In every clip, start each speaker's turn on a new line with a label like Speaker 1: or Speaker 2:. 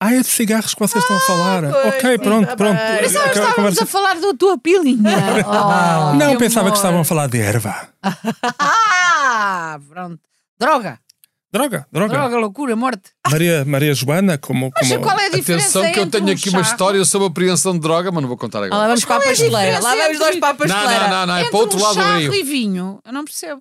Speaker 1: Ah, é de cigarros que vocês estão a falar.
Speaker 2: pois,
Speaker 1: ok,
Speaker 2: pois,
Speaker 1: pronto,
Speaker 2: tá
Speaker 1: pronto.
Speaker 2: bem.
Speaker 1: Aquela
Speaker 3: Pensava que estávamos
Speaker 1: conversa-
Speaker 3: a falar da tua pilinha. Oh,
Speaker 1: Não,
Speaker 3: que
Speaker 1: pensava que
Speaker 3: amor.
Speaker 1: estavam a falar de erva.
Speaker 3: Ah, pronto. Droga,
Speaker 1: Droga, droga.
Speaker 3: droga, loucura, morte.
Speaker 1: Maria, Maria Joana, como.
Speaker 3: Mas
Speaker 1: como...
Speaker 3: qual é a diferença
Speaker 4: Atenção que eu
Speaker 3: entre
Speaker 4: tenho
Speaker 3: um
Speaker 4: aqui uma
Speaker 3: charro-
Speaker 4: história sobre apreensão de droga, mas não vou contar
Speaker 5: Ah, lá
Speaker 4: agora.
Speaker 5: vamos para a um
Speaker 3: qual é a
Speaker 5: pasteleira. Lá
Speaker 3: diferença
Speaker 5: vamos nós
Speaker 3: entre-
Speaker 5: para a
Speaker 4: Não,
Speaker 5: pasteleira.
Speaker 4: não, não, não, é
Speaker 3: entre
Speaker 4: para o outro
Speaker 3: um
Speaker 4: lado do
Speaker 3: charro
Speaker 4: rio.
Speaker 3: e vinho, eu não percebo.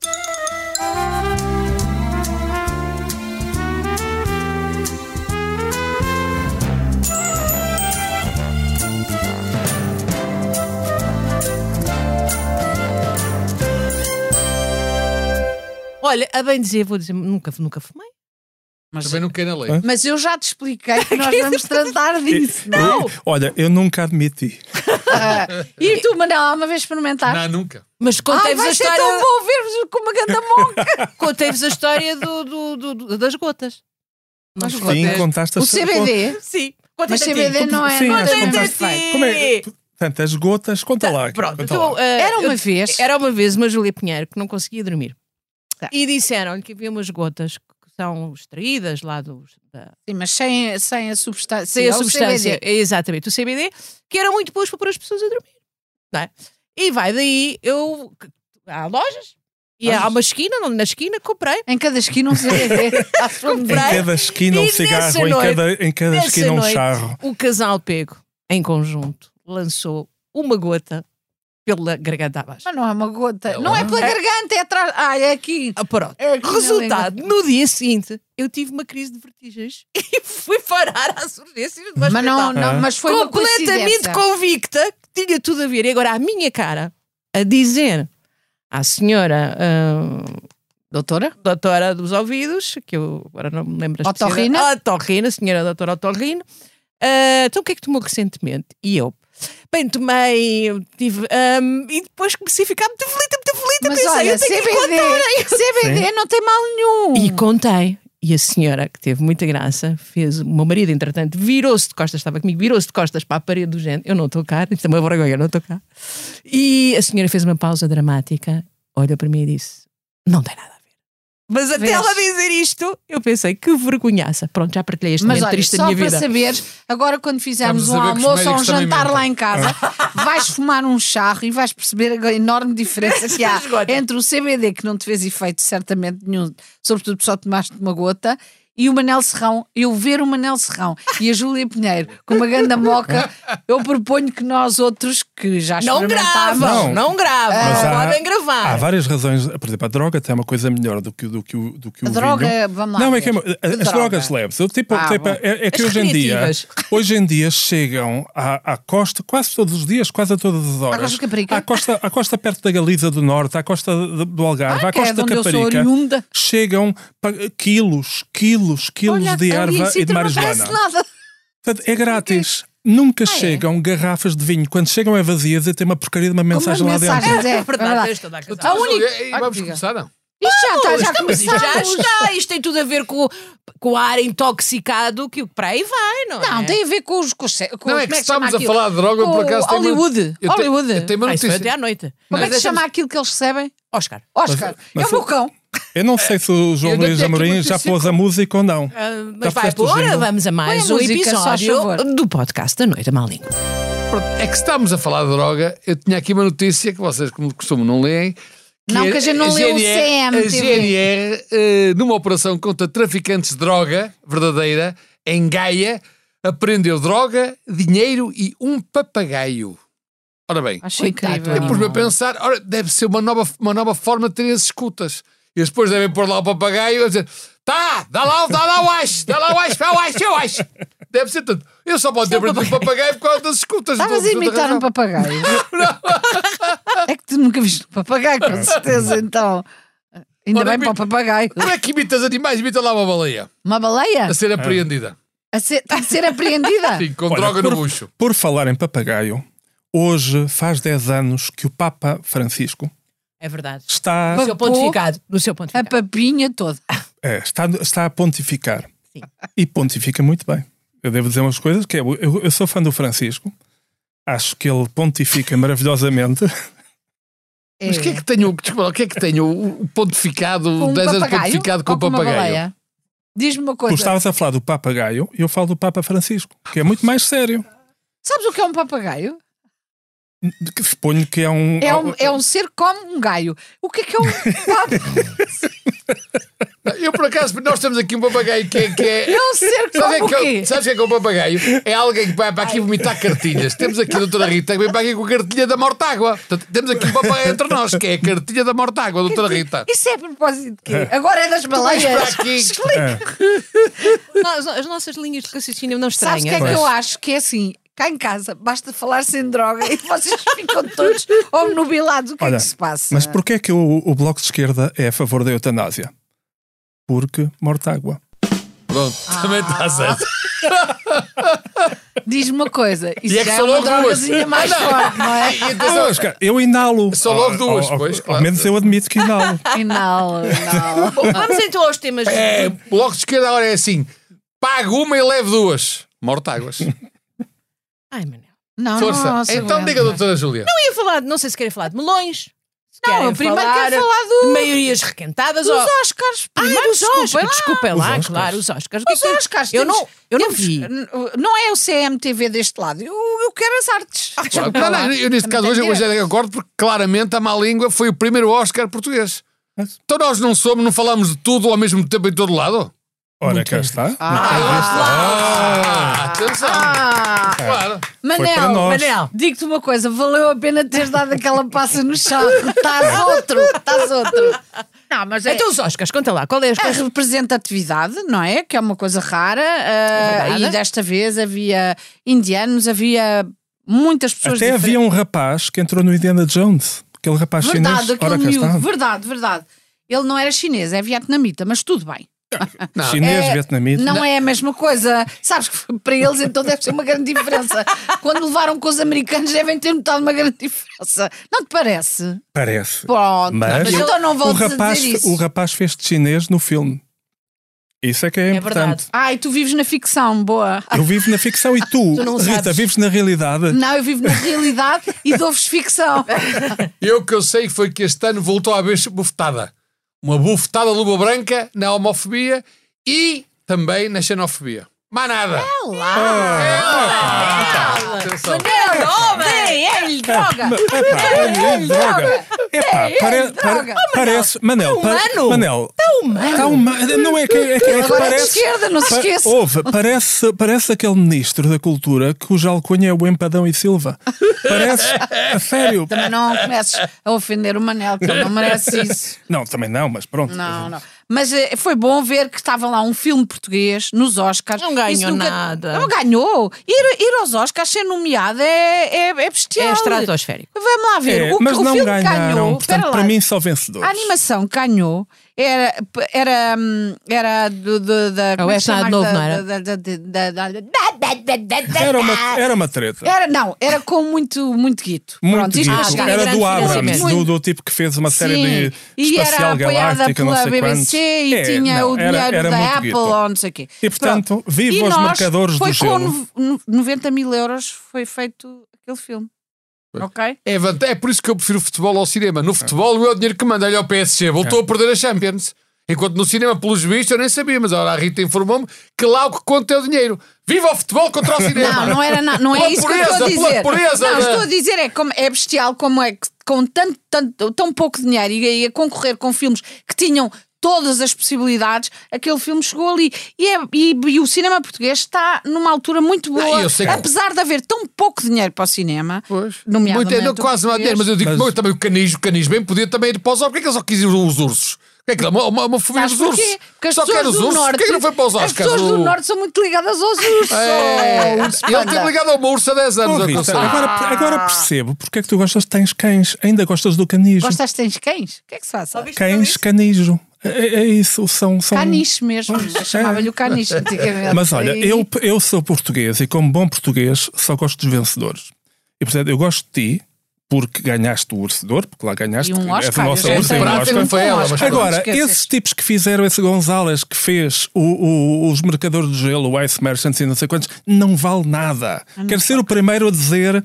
Speaker 5: Olha, a bem dizer, vou dizer, nunca, nunca fumei.
Speaker 3: Mas,
Speaker 4: Também não quero na lei.
Speaker 1: Hã?
Speaker 3: mas eu já te expliquei que nós vamos tratar disso. é?
Speaker 1: Eu- olha, eu nunca admiti.
Speaker 3: Ah, e tu, Manel, uma vez experimentaste?
Speaker 4: Não, nunca.
Speaker 5: Mas
Speaker 3: Ah,
Speaker 5: contei-vos a
Speaker 3: vai ser
Speaker 5: história.
Speaker 3: tão bom ver-vos com uma ganda monca.
Speaker 5: Contei-vos a história do, do- do- do- das gotas.
Speaker 3: Mas
Speaker 1: Sim, contaste a
Speaker 3: O
Speaker 1: sua-
Speaker 3: CBD?
Speaker 5: Sim.
Speaker 3: Mas
Speaker 5: Contei-te a ti.
Speaker 3: CBD não é.
Speaker 1: Sim,
Speaker 3: não
Speaker 1: acho
Speaker 3: tem
Speaker 1: que
Speaker 3: tanto
Speaker 1: não
Speaker 3: efeito.
Speaker 1: Como é? Portanto, as gotas, conta lá.
Speaker 5: Pronto,
Speaker 1: conta
Speaker 5: então,
Speaker 1: lá.
Speaker 5: eh,
Speaker 3: Era
Speaker 5: eu-
Speaker 3: uma vez.
Speaker 5: Era uma vez uma Júlia Pinheiro que não conseguia dormir.
Speaker 3: Tá.
Speaker 5: E disseram-lhe que havia umas gotas que são extraídas lá dos, da,
Speaker 3: Sim, mas sem, sem a substância.
Speaker 5: sem
Speaker 3: é
Speaker 5: a
Speaker 3: o
Speaker 5: substância.
Speaker 3: CBD.
Speaker 5: É, Exatamente, o CBD, que eram muito boas para pôr as pessoas a dormir. não é? E vai daí, eu. que- Há lojas. E há uma esquina, onde- na esquina, comprei.
Speaker 3: Em cada esquina um CBD.
Speaker 1: Em cada esquina um
Speaker 5: E nessa
Speaker 1: cigarro, em
Speaker 5: noite-
Speaker 1: cada, em cada
Speaker 5: nessa
Speaker 1: esquina um
Speaker 5: noite-
Speaker 1: charro.
Speaker 5: O casal pego, em conjunto, lançou uma gota pela garganta abaixo.
Speaker 3: mas não é uma gota.
Speaker 4: É
Speaker 3: não
Speaker 4: lá.
Speaker 3: é pela garganta, é atrás. Ah, é aqui.
Speaker 5: Ah, pronto.
Speaker 3: É aqui na
Speaker 5: Resultado,
Speaker 3: língua.
Speaker 5: no dia seguinte, eu tive uma crise de vertigens e fui parar às urgências do
Speaker 3: Mas, não,
Speaker 5: hospital.
Speaker 3: não, mas foi uma
Speaker 5: completamente
Speaker 3: coincidência.
Speaker 5: convicta que tinha tudo a ver. E agora a minha cara a dizer à senhora hum,
Speaker 3: Doutora?
Speaker 5: doutora dos ouvidos, que eu agora não me lembro a
Speaker 3: Otorrina?
Speaker 5: especialidade- Otorrina, senhora doutora Otorrina. Ah, então o que é que tomou recentemente? E eu? Bem, tomei, eu tive, hum, e depois comecei a ficar muito aflita, muito aflita,
Speaker 3: Mas
Speaker 5: pensei,
Speaker 3: olha,
Speaker 5: eu tenho que
Speaker 3: CBD, CBD não tem mal nenhum.
Speaker 5: e contei. E a senhora, que teve muita graça, fez. O meu marido, entretanto, virou-se de costas, estava comigo, virou-se de costas para a parede do género. Eu não estou cá, isto é uma vergonha, eu não estou cá. E a senhora fez uma pausa dramática, olhou para mim e disse: Não tem nada a ver. Mas até
Speaker 3: Vês?
Speaker 5: ela dizer isto, eu pensei que vergonhaça. Pronto, já partilhei este
Speaker 3: Mas
Speaker 5: momento
Speaker 3: olha,
Speaker 5: triste
Speaker 3: só
Speaker 5: da minha
Speaker 3: para
Speaker 5: vida.
Speaker 3: saberes, agora quando fizermos
Speaker 4: Vamos
Speaker 3: um
Speaker 4: saber que os
Speaker 3: almoço ou um
Speaker 4: médicos também
Speaker 3: jantar
Speaker 4: mentem.
Speaker 3: lá em casa, vais fumar um charro e vais perceber a enorme diferença que há
Speaker 5: Das gotas.
Speaker 3: entre o CBD, que não te fez efeito certamente nenhum, sobretudo só tomaste uma gota, e o Manel Serrão, eu ver o Manel Serrão e a Júlia Pinheiro com uma ganda moca, eu proponho que nós outros que já
Speaker 5: Não
Speaker 3: experimentámos-
Speaker 5: gravam,
Speaker 1: Não.
Speaker 5: não, gravam,
Speaker 3: Ah,
Speaker 1: Mas há-
Speaker 5: podem gravar.
Speaker 1: Há várias razões. Por exemplo, a droga tem uma coisa melhor do que, o- do que o do que
Speaker 3: A
Speaker 1: o
Speaker 3: droga,
Speaker 1: vinho.
Speaker 3: vamos lá
Speaker 1: Não, é
Speaker 3: ver.
Speaker 1: que é, as
Speaker 3: droga.
Speaker 1: drogas leves. Eu, tipo,
Speaker 3: Ah,
Speaker 1: tipo,
Speaker 3: bom.
Speaker 1: é, é que
Speaker 5: As
Speaker 1: hoje em dia,
Speaker 5: recreativas.
Speaker 1: hoje em dia chegam à, à costa quase todos os dias, quase a todas as horas.
Speaker 3: À costa de Caparica?
Speaker 1: À costa, à costa perto da Galiza do Norte, à costa de- do Algarve,
Speaker 3: Ah,
Speaker 1: à
Speaker 3: que é
Speaker 1: costa
Speaker 3: de
Speaker 1: da
Speaker 3: onde eu sou
Speaker 1: Caparica.
Speaker 3: oriunda.
Speaker 1: Chegam pa- quilos, quilos, quilos
Speaker 3: Olha,
Speaker 1: de
Speaker 3: ali em
Speaker 1: erva e de
Speaker 3: Sintra não parece
Speaker 1: marijuana.
Speaker 3: nada.
Speaker 1: Portanto, é grátis.
Speaker 3: Ah,
Speaker 1: Nunca
Speaker 3: é?
Speaker 1: chegam garrafas de vinho. Quando chegam é vazias e tem uma porcaria de uma mensagem lá dentro.
Speaker 3: mensagens, é,
Speaker 5: É verdade,
Speaker 3: verdade.
Speaker 5: tens toda a razão.
Speaker 3: A única-
Speaker 4: E- e Vamos
Speaker 3: diga.
Speaker 4: começar, não?
Speaker 3: Isto já está, já
Speaker 5: Mas isto
Speaker 3: começamos.
Speaker 5: já está, isto tem tudo a ver com, com o ar intoxicado que para aí vai, não,
Speaker 3: Não,
Speaker 5: é?
Speaker 3: tem a ver com os. Com os com
Speaker 4: Não,
Speaker 3: os-
Speaker 4: é que
Speaker 3: como
Speaker 4: estamos
Speaker 3: chama
Speaker 4: a falar de droga, eu,
Speaker 3: Com
Speaker 4: por acaso. tenho uma-
Speaker 5: Hollywood,
Speaker 4: Eu te-
Speaker 5: Hollywood.
Speaker 4: eu tenho uma
Speaker 5: Ah, isso foi
Speaker 4: notícia.
Speaker 5: até à noite.
Speaker 3: Como é que
Speaker 5: Mas
Speaker 3: se chama
Speaker 5: deixa-me-
Speaker 3: aquilo que eles recebem?
Speaker 5: Oscar.
Speaker 3: Oscar.
Speaker 1: mas
Speaker 3: é o meu cão.
Speaker 1: Eu não sei se o João
Speaker 4: Eu ainda
Speaker 1: Luís
Speaker 4: tenho
Speaker 1: Amorim
Speaker 4: aqui
Speaker 1: já
Speaker 4: notícia
Speaker 1: pôs a música ou não.
Speaker 5: Ah,
Speaker 1: Já
Speaker 5: mas vai
Speaker 1: fizeste o
Speaker 5: pôr,
Speaker 1: jingle?
Speaker 5: vamos a mais
Speaker 3: Põe a
Speaker 5: um
Speaker 3: música, só, por favor.
Speaker 5: episódio do podcast da noite, Malinho.
Speaker 4: Pronto, É que estamos a falar de droga. Eu tinha aqui uma notícia que vocês, como de costume, não leem. é
Speaker 3: Não, que a gente não lê o
Speaker 4: A
Speaker 3: CMTV.
Speaker 4: GNR, eh, numa operação contra traficantes de droga verdadeira, em Gaia, apreendeu droga, dinheiro e um papagaio. Ora bem,
Speaker 3: Acho
Speaker 5: Coitado,
Speaker 3: incrível.
Speaker 5: eu
Speaker 4: eu pus-me a pensar, ora, deve ser uma nova, uma nova forma de terem as escutas. E eles depois devem pôr lá o papagaio a dizer: tá, dá lá, o- dá lá o acho, dá lá o acho, dá o acho, eu acho. Deve ser tanto. Eu só posso ter aprendido o papagaio por causa das escutas.
Speaker 3: Estavas
Speaker 4: Estou-
Speaker 3: a
Speaker 4: estou
Speaker 3: imitar
Speaker 4: razão.
Speaker 3: um papagaio. é que tu nunca viste um papagaio, com certeza, então. Ainda
Speaker 4: Ora,
Speaker 3: bem para o
Speaker 4: imita-
Speaker 3: papagaio.
Speaker 4: Como é que imitas animais? Imita lá uma baleia
Speaker 3: Uma baleia
Speaker 4: a ser apreendida.
Speaker 3: a ser, está a ser apreendida.
Speaker 4: Sim, com
Speaker 1: É. Olha,
Speaker 4: droga
Speaker 1: por,
Speaker 4: no bucho.
Speaker 1: Por falar em papagaio, hoje faz 10 anos que o Papa Francisco
Speaker 5: É verdade.
Speaker 1: está,
Speaker 5: No seu
Speaker 3: Papou.
Speaker 5: pontificado. No seu
Speaker 3: A
Speaker 5: pontificado.
Speaker 3: papinha toda.
Speaker 1: é, está, está a pontificar.
Speaker 5: Sim.
Speaker 1: E pontifica muito bem. Eu devo dizer umas coisas, que é, eu, eu sou fã do Francisco, acho que ele pontifica maravilhosamente.
Speaker 3: É.
Speaker 4: Mas o que é que tenho, desculpa, lá, o que é que tenho? O o pontificado,
Speaker 3: Com um
Speaker 4: 10 anos
Speaker 3: papagaio
Speaker 4: pontificado com
Speaker 3: ou
Speaker 4: o
Speaker 3: com uma
Speaker 4: papagaio.
Speaker 3: baleia? Diz-me uma
Speaker 1: Tu
Speaker 3: coisa.
Speaker 1: estavas a falar do papagaio e eu falo do Papa Francisco, que é muito mais sério.
Speaker 3: Sabes o que é um papagaio?
Speaker 1: De que Suponho que é um.
Speaker 3: É um, é um ser como um gaio. O que é que é um papagaio?
Speaker 4: Eu, por acaso, nós temos aqui um papagaio que é. Que é...
Speaker 3: É um ser
Speaker 4: Sabe
Speaker 3: como
Speaker 4: o que
Speaker 3: o
Speaker 4: é
Speaker 3: quê?
Speaker 4: que- sabes o que é que é um papagaio? É alguém que vai para aqui vomitar cartilhas. Temos aqui a doutora Rita que vem para aqui com a cartilha da mortágua. Portanto, temos aqui um papagaio entre nós, que é a cartilha da mortágua, doutora Rita.
Speaker 3: Isso é a propósito de quê? Agora é das
Speaker 4: Vais para
Speaker 3: baleias.
Speaker 4: aqui.
Speaker 5: Nós- as nossas linhas de raciocínio não estranham.
Speaker 3: Sabes o que é que eu acho? Que é assim, cá em casa, basta falar sem droga e vocês ficam todos obnubilados. O que é
Speaker 1: Olha,
Speaker 3: que se passa?
Speaker 1: Mas porquê é que o, o Bloco de Esquerda é a favor da eutanásia? Porque morta água.
Speaker 4: Pronto, também está certo.
Speaker 3: Diz-me uma coisa, isso
Speaker 4: E é que
Speaker 3: já é
Speaker 4: são
Speaker 3: uma
Speaker 4: logo duas.
Speaker 3: drogazinha mais
Speaker 4: Ah, não.
Speaker 3: forte, não é?
Speaker 4: E atenção,
Speaker 1: Ah, Eu inalo.
Speaker 4: Só logo
Speaker 1: Ao-
Speaker 4: duas,
Speaker 1: ao-
Speaker 4: pois,
Speaker 1: ao,
Speaker 4: claro.
Speaker 1: menos eu admito que inalo.
Speaker 3: E não, não.
Speaker 5: Bom, vamos então aos temas.
Speaker 4: É, o bloco de esquerda agora é assim: pago uma e levo duas. Mortáguas.
Speaker 5: Ai, Manel.
Speaker 3: Não,
Speaker 4: Força.
Speaker 3: não, não,
Speaker 4: então diga, doutora Júlia.
Speaker 5: Eu ia falar, não sei se querem falar de melões. se
Speaker 3: Não,
Speaker 5: querem
Speaker 3: eu primeiro quero falar
Speaker 5: de
Speaker 3: do,
Speaker 5: maiorias requentadas. ou...
Speaker 3: dos Oscars. Primeiro,
Speaker 5: Ai, dos
Speaker 3: desculpem
Speaker 5: Oscars.
Speaker 3: lá.
Speaker 5: Desculpem lá,
Speaker 1: Oscars.
Speaker 5: claro, os Oscars. O que é
Speaker 3: Os
Speaker 5: que tem-
Speaker 3: ah, Oscars.
Speaker 5: Eu
Speaker 3: temos-
Speaker 5: não, eu não
Speaker 3: temos-
Speaker 5: vi.
Speaker 3: n- Não é o CMTV deste lado. Eu, eu quero as artes.
Speaker 4: Claro.
Speaker 3: Desculpa
Speaker 4: Ah, Não,
Speaker 3: lá.
Speaker 4: não, eu neste caso hoje, hoje é de acordo porque claramente a má língua foi o primeiro Oscar português.
Speaker 1: Mas-
Speaker 4: Então nós não somos, não falamos de tudo ao mesmo tempo em todo lado?
Speaker 1: Ora, cá está.
Speaker 4: Ah, atenção!
Speaker 3: Ah,
Speaker 4: Claro.
Speaker 1: Foi para
Speaker 3: Manel,
Speaker 1: nós.
Speaker 5: Manel,
Speaker 3: digo-te uma coisa, valeu a pena teres dado aquela passa no chão. Estás outro, estás outro. Não, mas é,
Speaker 5: então os Oscars, conta lá, qual é as
Speaker 3: a
Speaker 5: coisas?
Speaker 3: representatividade, não é? Que é uma coisa rara. ah,
Speaker 5: verdade.
Speaker 3: e desta vez havia indianos, havia muitas pessoas
Speaker 1: Até
Speaker 3: diferentes.
Speaker 1: havia um rapaz que entrou no Indiana Jones. Aquele rapaz
Speaker 3: Verdade,
Speaker 1: chinês.
Speaker 3: aquele
Speaker 1: cá
Speaker 3: miúdo,
Speaker 1: está.
Speaker 3: verdade, verdade. Ele não era chinês, é vietnamita, mas tudo bem.
Speaker 4: Não,
Speaker 1: Chinês,
Speaker 3: É,
Speaker 1: vietnamita.
Speaker 3: Não é a mesma coisa. Sabes que para eles então deve ser uma grande diferença. Quando levaram com os americanos devem ter notado uma grande diferença. Não te parece?
Speaker 1: Parece.
Speaker 3: Pronto,
Speaker 1: Mas-
Speaker 3: mas então não vou
Speaker 1: o, rapaz,
Speaker 3: dizer isso.
Speaker 1: o rapaz fez de chinês no filme. Isso é que é,
Speaker 5: É
Speaker 1: importante.
Speaker 5: verdade.
Speaker 3: Ai, tu vives na ficção, boa.
Speaker 1: Eu vivo na ficção e tu,
Speaker 5: Tu não
Speaker 1: Rita,
Speaker 5: sabes.
Speaker 1: vives na realidade.
Speaker 3: Não, eu vivo na realidade e dou-vos ficção.
Speaker 4: Eu que eu sei foi que este ano voltou a haver bufetada. Uma bufetada de luva branca na homofobia e também na xenofobia. Mais nada. Ah,
Speaker 3: Olá!
Speaker 4: Atenção.
Speaker 5: Homem!
Speaker 3: Ei, droga!
Speaker 1: Epá, é de droga. Epá, pare- pare-
Speaker 3: É droga.
Speaker 1: parece. Manel,
Speaker 5: tá
Speaker 1: pare-
Speaker 5: humano.
Speaker 1: Manel.
Speaker 5: humano.
Speaker 1: Tá humano. Não é que, é que, é que
Speaker 3: Agora é de
Speaker 1: parece.
Speaker 3: esquerda, não se
Speaker 1: pa-
Speaker 3: esqueça.
Speaker 1: Ouve, parece, parece aquele ministro da cultura cuja alcunha é o Empadão e Silva. Parece. A sério.
Speaker 3: Também não comeces a ofender o Manel, que ele não merece isso.
Speaker 1: Não, também não, mas pronto.
Speaker 5: é.
Speaker 3: Não, não. Mas eh, foi bom ver que estava lá um filme português nos Oscars.
Speaker 5: Não ganhou
Speaker 3: Isso
Speaker 5: nada.
Speaker 3: Não ganhou. Ir, ir aos Oscars ser nomeado é, é, é bestial.
Speaker 5: É estratosférico.
Speaker 3: Vamos lá ver.
Speaker 1: É,
Speaker 3: o, que-
Speaker 1: mas
Speaker 3: o
Speaker 1: não
Speaker 3: filme que
Speaker 1: ganharam.
Speaker 3: ganhou.
Speaker 1: Portanto,
Speaker 3: espera
Speaker 1: para
Speaker 3: lá.
Speaker 1: mim, só vencedores.
Speaker 3: A animação que ganhou era, era, hum, era do, do, da. como
Speaker 5: Oeste
Speaker 3: é que se
Speaker 5: Nada
Speaker 3: chama?
Speaker 5: Novo,
Speaker 3: Da-
Speaker 5: não era?
Speaker 3: da- da- da- da- da- da-
Speaker 1: Era uma, era uma treta.
Speaker 3: Era, não, era com muito, muito guito.
Speaker 1: Muito
Speaker 3: Pronto, isto
Speaker 1: guito.
Speaker 3: para chegar a
Speaker 1: Era
Speaker 3: grande
Speaker 1: do
Speaker 3: financiamento.
Speaker 1: Abrams,
Speaker 5: financiamento.
Speaker 1: do, do tipo que fez uma série
Speaker 3: Sim,
Speaker 1: de
Speaker 3: e era
Speaker 1: espacial
Speaker 3: apoiada
Speaker 1: galáctica, não
Speaker 3: pela
Speaker 1: sei
Speaker 3: BBC
Speaker 1: quantos.
Speaker 3: e
Speaker 1: É,
Speaker 3: tinha
Speaker 1: não,
Speaker 3: o
Speaker 1: era-
Speaker 3: dinheiro
Speaker 1: era
Speaker 3: da
Speaker 1: muito
Speaker 3: Apple
Speaker 1: guito.
Speaker 3: ou não sei o quê.
Speaker 1: E, portanto,
Speaker 3: Pronto.
Speaker 1: viva
Speaker 3: E
Speaker 1: os
Speaker 3: nós,
Speaker 1: marcadores do
Speaker 3: foi
Speaker 1: gelo.
Speaker 3: com no- no- 90 mil euros foi feito aquele filme. Ok?
Speaker 4: É, vanta- é por isso que eu prefiro o futebol ao cinema. No futebol, não é o dinheiro que manda. Olha o PSG, voltou a perder a Champions. Enquanto no cinema, pelos vistos, eu nem sabia, mas agora a Rita informou-me que lá o que conta é o dinheiro. Viva o futebol contra o cinema!
Speaker 3: Não, não era na- não é
Speaker 4: Pela
Speaker 3: isso que eu estou a
Speaker 4: pureza,
Speaker 3: dizer.
Speaker 4: pela pureza
Speaker 3: não,
Speaker 4: da-
Speaker 3: estou a dizer é como é bestial como é que com tanto, tanto tão pouco dinheiro e a concorrer com filmes que tinham todas as possibilidades, aquele filme chegou ali e, é- e- e o cinema português está numa altura muito boa,
Speaker 4: Não, eu sei que-
Speaker 3: apesar de haver tão pouco dinheiro para o cinema.
Speaker 4: Pois.
Speaker 3: nomeadamente
Speaker 4: Muito, não,
Speaker 3: o
Speaker 4: quase não há dinheiro, mas eu digo
Speaker 1: Mas-
Speaker 4: mas... também o canijo, o canijo bem podia também ir para os ursos. Porquê que eles só quisiam os ursos? Porquê que é uma, uma, uma fobia
Speaker 3: Sabes
Speaker 4: dos ursos?
Speaker 3: porquê? Porque as
Speaker 4: só
Speaker 3: pessoas
Speaker 4: quer os
Speaker 3: do
Speaker 4: ursos?
Speaker 3: norte,
Speaker 4: Porquê que não foi para os
Speaker 3: As
Speaker 4: Oscars?
Speaker 3: pessoas do
Speaker 4: O-
Speaker 3: norte são muito ligadas aos ursos.
Speaker 4: É,
Speaker 3: ao urso
Speaker 4: Ele
Speaker 3: panda.
Speaker 4: tem ligado a uma ursa há 10 anos.
Speaker 1: Oh,
Speaker 4: eu
Speaker 1: Rita,
Speaker 4: aconselho.
Speaker 1: agora, agora
Speaker 3: Ah.
Speaker 1: percebo porque é que tu gostas de tens cães, ainda gostas do canijo.
Speaker 3: Gostas de tens cães? O que é que se faz?
Speaker 1: Cães, canijo. É, é isso, são. são...
Speaker 3: Caniche mesmo, chamava-lhe o caniche antigamente.
Speaker 1: É. Mas olha,
Speaker 3: E-
Speaker 1: eu, eu sou português e, como bom português, só gosto dos vencedores. E, portanto, eu gosto de ti porque ganhaste o urso de ouro, porque lá ganhaste.
Speaker 3: E um
Speaker 1: essa
Speaker 3: Oscar,
Speaker 1: nossa
Speaker 3: eu
Speaker 1: ursa
Speaker 4: sei.
Speaker 1: e um
Speaker 4: Prato
Speaker 1: Oscar.
Speaker 4: não foi ela, mas
Speaker 3: Oscar.
Speaker 4: pronto.
Speaker 1: Agora,
Speaker 3: Esquece.
Speaker 1: esses tipos que fizeram esse Gonzalez que fez o- o- os
Speaker 3: Ah,
Speaker 1: mercadores de gelo, o Ice Merchants e não sei quantos, não vale nada. Quero ser o primeiro a dizer.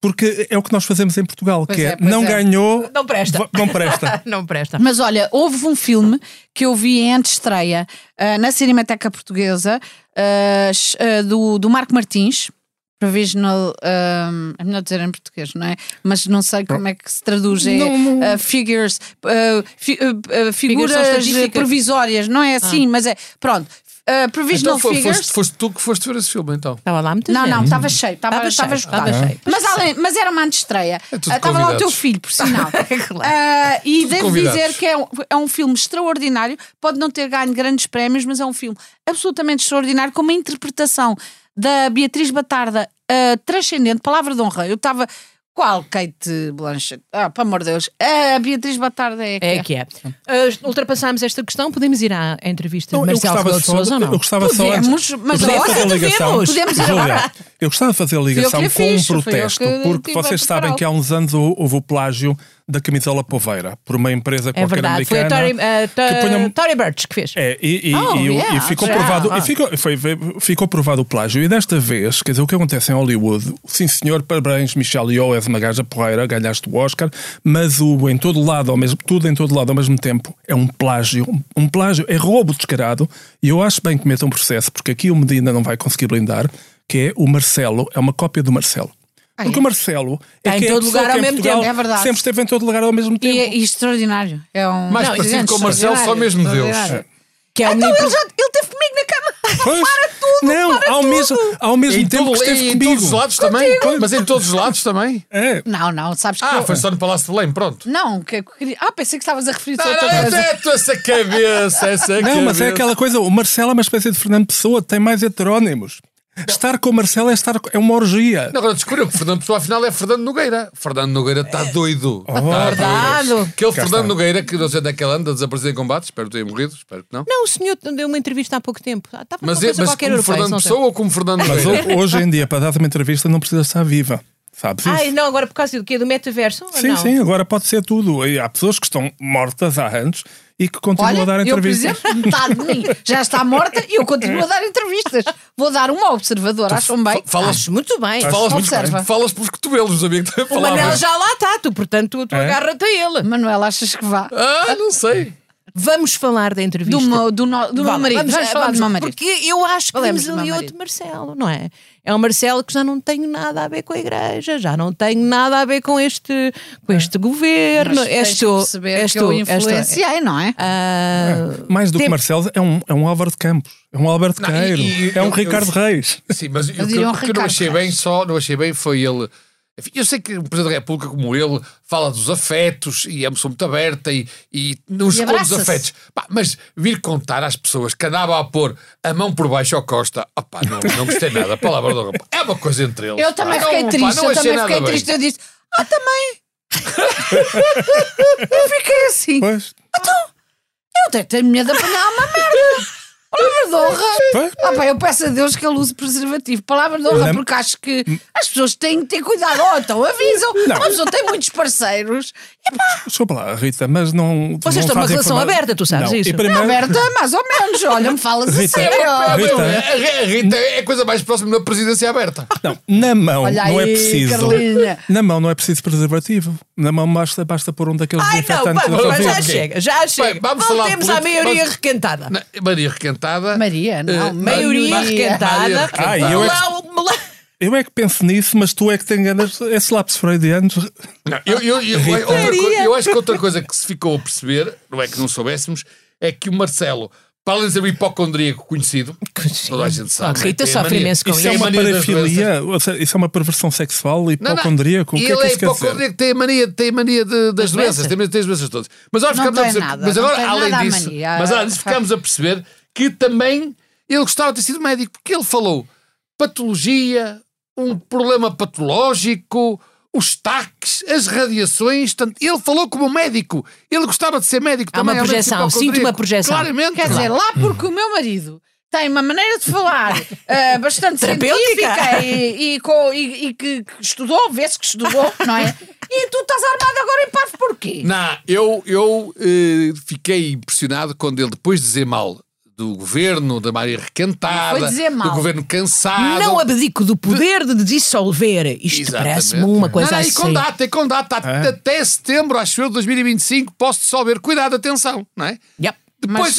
Speaker 1: Porque é o que nós fazemos em Portugal,
Speaker 3: Pois
Speaker 1: que
Speaker 3: é,
Speaker 1: é,
Speaker 3: pois
Speaker 1: não
Speaker 3: é.
Speaker 1: ganhou,
Speaker 5: Não presta.
Speaker 1: va- não presta.
Speaker 5: Não presta.
Speaker 3: Mas olha, houve um filme que eu vi em antestreia ah, na Cinemateca Portuguesa ah, ch- ah, do, do Marco Martins. Provisional, ah, é melhor dizer em português, não é? Mas não sei como é que se traduz. É, ah, figures, ah, fi- ah, ah, figuras
Speaker 5: estatísticas.
Speaker 3: provisórias, não é assim, mas é. Pronto, ah, provisional
Speaker 4: Então fo-
Speaker 3: figures.
Speaker 4: foste, foste tu que foste ver esse filme, então.
Speaker 5: Estava lá muito
Speaker 3: Não, não, estava cheio,
Speaker 5: Estava
Speaker 3: estava estava
Speaker 5: cheio,
Speaker 3: esgotado.
Speaker 5: estava cheio.
Speaker 3: Mas, além- mas era uma antestreia.
Speaker 4: É tudo
Speaker 3: Ah, Estava lá o teu
Speaker 4: convidados.
Speaker 3: filho, por sinal.
Speaker 5: Claro.
Speaker 3: Ah, e
Speaker 4: Tudo
Speaker 3: devo
Speaker 4: convidados.
Speaker 3: dizer que é um, é um filme extraordinário. Pode não ter ganho grandes prémios, mas é um filme absolutamente extraordinário, com uma interpretação da Beatriz Batarda ah, transcendente, palavra de honra. Eu estava. Qual Kate Blanchett? Ah, pelo amor de Deus. A Beatriz Batarda é. que
Speaker 5: É que é. Uh, ultrapassámos esta questão, podemos ir à entrevista
Speaker 1: Não,
Speaker 5: de
Speaker 1: Então, eu
Speaker 5: Marcelo
Speaker 1: gostava
Speaker 5: Rebelo de
Speaker 1: só,
Speaker 5: Sousa ou não?
Speaker 1: eu gostava só
Speaker 3: Podemos,
Speaker 1: antes, eu
Speaker 3: mas
Speaker 1: gostava de
Speaker 3: agora
Speaker 1: fazer a ligação,
Speaker 5: devemos.
Speaker 3: Podemos ir
Speaker 1: Júlia,
Speaker 3: agora.
Speaker 1: eu gostava de fazer a
Speaker 3: Foi
Speaker 1: ligação
Speaker 3: eu que
Speaker 1: com
Speaker 3: lhe
Speaker 1: um
Speaker 3: fiz, foi eu que
Speaker 1: protesto,
Speaker 3: tive
Speaker 1: porque
Speaker 3: a
Speaker 1: vocês sabem
Speaker 3: prepará-lo.
Speaker 1: que há uns anos hou- houve o plágio da camisola poveira por uma empresa
Speaker 5: É
Speaker 1: qualquer
Speaker 5: verdade, foi a
Speaker 1: americana.
Speaker 5: Tory,
Speaker 3: eh,
Speaker 5: uh,
Speaker 1: que ponha-
Speaker 5: Birch que fez.
Speaker 1: É, e, e-
Speaker 3: Oh,
Speaker 1: e o-
Speaker 3: yeah,
Speaker 1: e ficou
Speaker 3: já.
Speaker 1: provado,
Speaker 5: Ah.
Speaker 1: e ficou, foi- foi- ficou provado o plágio. E desta vez, quer dizer, o que acontece em Hollywood, sim senhor, parabéns, Michelle Yeoh, és uma gaja porreira, ganhaste o Oscar, mas o em todo lado, ao mesmo, tudo em todo lado ao mesmo tempo, é um plágio. Um plágio, é roubo descarado, e eu acho bem que metam um processo, porque aqui o Medina não vai conseguir blindar, que é o Marcelo, é uma cópia do Marcelo.
Speaker 3: Ah,
Speaker 1: Porque
Speaker 3: é?
Speaker 1: o Marcelo é
Speaker 5: Está em
Speaker 1: que é a
Speaker 5: todo
Speaker 1: pessoa
Speaker 5: lugar
Speaker 1: que
Speaker 5: ao
Speaker 1: em
Speaker 5: mesmo
Speaker 1: Portugal
Speaker 3: tempo, é verdade.
Speaker 1: Sempre esteve em todo lugar ao mesmo tempo.
Speaker 3: E é extraordinário. É um.
Speaker 4: Mais
Speaker 3: Não,
Speaker 4: parecido
Speaker 3: gente,
Speaker 4: com o Marcelo, só
Speaker 3: extraordinário,
Speaker 4: mesmo Deus.
Speaker 3: extraordinário.
Speaker 5: Que é
Speaker 3: Então,
Speaker 5: omnipre-
Speaker 3: ele, já, ele teve comigo na cama.
Speaker 1: Pois. Não, ao mesmo, ao mesmo
Speaker 4: Em,
Speaker 1: tempo
Speaker 4: todo-
Speaker 1: que esteve
Speaker 4: em
Speaker 1: comigo.
Speaker 4: todos os lados também? Mas em todos os lados também?
Speaker 1: É.
Speaker 3: Não, não, sabes que.
Speaker 4: Ah,
Speaker 3: eu-
Speaker 4: foi só no Palácio de Belém, pronto.
Speaker 3: Não, que eu queria. Ah, pensei que estavas a referir-te a
Speaker 4: Não,
Speaker 3: outra
Speaker 4: não,
Speaker 3: coisa.
Speaker 4: é tu essa cabeça, essa cabeça.
Speaker 1: Não, mas é aquela coisa, o Marcelo é uma espécie de Fernando Pessoa, tem mais heterónimos. Estar com o Marcelo é, estar, é uma orgia.
Speaker 4: Não, agora descobriu que Fernando Pessoa afinal é Fernando Nogueira. Fernando Nogueira está doido.
Speaker 5: verdade.
Speaker 4: Aquele
Speaker 1: Cá
Speaker 4: é Fernando
Speaker 1: está.
Speaker 4: Nogueira que não sei onde é que ele anda, desaparecido em combate, espero que tenha morrido, espero que não.
Speaker 5: Não, o senhor deu uma entrevista há pouco tempo. Ah, Estava
Speaker 4: Mas,
Speaker 5: uma
Speaker 4: é,
Speaker 5: coisa
Speaker 4: mas
Speaker 5: qualquer
Speaker 4: como
Speaker 5: europeia.
Speaker 4: Fernando
Speaker 5: não sei.
Speaker 4: Pessoa ou como Fernando
Speaker 1: Mas
Speaker 4: Nogueira?
Speaker 1: ho- hoje em dia, para dar uma entrevista, não precisa estar viva. Sabes isso?
Speaker 5: Ai, não, agora por causa do quê? Do metaverso? ou
Speaker 1: sim,
Speaker 5: não?
Speaker 1: sim, agora pode ser tudo. E há pessoas que estão mortas há anos e que continuam
Speaker 3: Olha,
Speaker 1: a dar
Speaker 3: eu, por
Speaker 1: entrevistas.
Speaker 3: exemplo, metade de mim já está morta e eu continuo a dar entrevistas. Vou dar uma ao observador, acham bem?
Speaker 4: Falas,
Speaker 5: Acho muito bem.
Speaker 4: falas,
Speaker 3: muito
Speaker 4: falas,
Speaker 3: bem.
Speaker 4: falas pelos cotovelos, amigo, também
Speaker 5: O Manel
Speaker 4: falavas.
Speaker 5: já lá está, tu, portanto, tu
Speaker 1: É?
Speaker 5: agarra-te a ele.
Speaker 3: Manuel, achas que vá?
Speaker 4: Ah, não sei.
Speaker 5: Vamos falar da entrevista.
Speaker 3: Do meu, do no- do meu
Speaker 5: Vá,
Speaker 3: marido.
Speaker 5: Vamos, eh,
Speaker 3: Vamos, falar
Speaker 5: vamos,
Speaker 3: do meu marido.
Speaker 5: Porque eu acho que
Speaker 3: Falemos
Speaker 5: temos
Speaker 3: do meu
Speaker 5: ali
Speaker 3: marido.
Speaker 5: outro Marcelo, não é? É um Marcelo que já não tenho nada a ver com a igreja, já não tenho nada a ver com este, com este governo.
Speaker 3: Mas tens
Speaker 5: és
Speaker 3: de
Speaker 5: tu,
Speaker 3: perceber
Speaker 5: és
Speaker 3: que
Speaker 5: tu,
Speaker 3: eu
Speaker 5: és tu.
Speaker 3: influenciei, não é?
Speaker 5: Ah,
Speaker 1: Mais do que
Speaker 5: Tem-
Speaker 1: Marcelo, é um, é um Álvaro de Campos, é um Alberto
Speaker 4: Não, e-
Speaker 1: Queiro,
Speaker 4: e-
Speaker 1: é um
Speaker 4: eu-
Speaker 1: Ricardo
Speaker 4: eu-
Speaker 1: Reis.
Speaker 4: Sim, mas o que,
Speaker 3: diria um
Speaker 4: o que eu não
Speaker 3: Ricardo
Speaker 4: achei
Speaker 3: Reis.
Speaker 4: bem só, não achei bem foi ele. Enfim, eu sei que um Presidente da República como ele fala dos afetos e é uma pessoa muito aberta e, e não esconde os
Speaker 3: abraça-se.
Speaker 4: afetos. Pá, mas vir contar às pessoas que andava a pôr a mão por baixo ao Costa, opá, não, não gostei nada, a palavra do rapaz. É uma coisa entre eles.
Speaker 3: Eu
Speaker 4: pá.
Speaker 3: também
Speaker 4: Não,
Speaker 3: fiquei
Speaker 4: Ah, pá,
Speaker 3: triste,
Speaker 4: não
Speaker 3: eu
Speaker 4: achei
Speaker 3: também
Speaker 4: nada
Speaker 3: fiquei
Speaker 4: bem.
Speaker 3: triste. Eu disse, ah, também. eu fiquei assim.
Speaker 1: Pois,
Speaker 3: Eu até tenho medo de apanhar uma merda. Palavra de honra.
Speaker 1: Pois.
Speaker 3: Ah, pá, eu peço a Deus que ele use preservativo. Palavra de honra,
Speaker 1: Lem-
Speaker 3: porque acho que as pessoas têm que ter cuidado. Ou então avisam.
Speaker 1: Não.
Speaker 3: Uma pessoa tem muitos parceiros. E pá,
Speaker 1: desculpa lá, Rita, mas não.
Speaker 5: Vocês
Speaker 1: não
Speaker 5: estão numa
Speaker 1: fazem
Speaker 5: relação
Speaker 1: forma-
Speaker 5: aberta, tu sabes
Speaker 1: Não, e
Speaker 5: isso.
Speaker 1: primeiro-
Speaker 3: Roberta, É mais ou menos. Olha, me falas a
Speaker 1: Rita, é
Speaker 4: Ah,
Speaker 3: sério.
Speaker 1: Rita,
Speaker 4: meu, a- a Rita é a coisa mais próxima da presidência aberta.
Speaker 1: Não, na mão
Speaker 3: Olha
Speaker 1: não
Speaker 3: aí,
Speaker 1: é preciso.
Speaker 3: Carlinha.
Speaker 1: Na mão não é preciso preservativo. Na mão basta, basta pôr um daqueles
Speaker 5: Ai não,
Speaker 1: desinfetantes
Speaker 5: vamos,
Speaker 1: ao
Speaker 5: mas já
Speaker 1: vivo.
Speaker 5: chega, já chega.
Speaker 4: vamos falar
Speaker 5: Voltemos à
Speaker 4: política,
Speaker 5: maioria
Speaker 4: vamos-
Speaker 5: requentada.
Speaker 4: Na- é Maria Requentada.
Speaker 3: Maria, não.
Speaker 5: Maioria
Speaker 4: eh, Maria- Maria
Speaker 5: requentada.
Speaker 4: Requentada.
Speaker 1: Ai, eu é que-
Speaker 5: Lá- lá-
Speaker 1: Eu é que penso nisso, mas tu é que tens ganas esses lápis freudianos.
Speaker 4: Não, eu, eu, eu, outra co- eu acho que outra coisa que se ficou a perceber, não é que não soubéssemos, é que o Marcelo, para além de ser um hipocondríaco conhecido, toda a gente sabe.
Speaker 5: Ah, Rita
Speaker 4: tem
Speaker 5: sofre
Speaker 4: mania-
Speaker 5: imenso com
Speaker 4: tem
Speaker 5: isso.
Speaker 1: Isso é uma
Speaker 4: mania das doenças.
Speaker 1: parafilia, ou seja, isso é uma perversão sexual,
Speaker 4: Não, não.
Speaker 1: hipocondríaco. O que é
Speaker 4: ele
Speaker 1: que
Speaker 4: é
Speaker 1: isso quer dizer? é
Speaker 4: hipocondríaco, tem a mania, tem a mania de- das doenças,
Speaker 1: assim.
Speaker 4: tem a mania das doenças todas. Mas agora
Speaker 3: Não
Speaker 4: ficamos a
Speaker 3: tem
Speaker 4: perceber.
Speaker 3: nada,
Speaker 4: mas
Speaker 3: não
Speaker 4: agora,
Speaker 3: tem
Speaker 4: além
Speaker 3: nada a
Speaker 4: disso,
Speaker 3: mania. Ah,
Speaker 4: mas além disso, ficamos a perceber que também ele gostava de ter sido médico, porque ele falou patologia, um problema patológico, os taques, as radiações. Portanto, ele falou como médico. Ele gostava de ser médico
Speaker 5: Há
Speaker 4: também.
Speaker 5: uma
Speaker 4: além de ser
Speaker 5: projeção, sinto uma
Speaker 4: hipocondríaco.
Speaker 5: projeção.
Speaker 4: Claramente.
Speaker 3: Quer dizer, lá porque o meu marido tem uma maneira de falar eh, bastante
Speaker 5: Terapêutica.
Speaker 3: científica e, e co- e- e que, que estudou, vê-se que estudou, não é? E tu estás armado agora em parvo porquê?
Speaker 4: Não, eu, eu eh, fiquei impressionado quando ele, depois de dizer mal do governo da Maria Requentada,
Speaker 3: Foi dizer mal.
Speaker 4: do governo cansado.
Speaker 5: Não abdico do poder de dissolver. Isto
Speaker 4: Ah, Exatamente.
Speaker 5: parece-me uma coisa
Speaker 4: não, não,
Speaker 5: assim.
Speaker 4: E com data, e com data, at-
Speaker 1: É.
Speaker 4: até setembro, acho eu, de 2025, posso dissolver. Cuidado, atenção, não é?
Speaker 5: Yep.
Speaker 4: Depois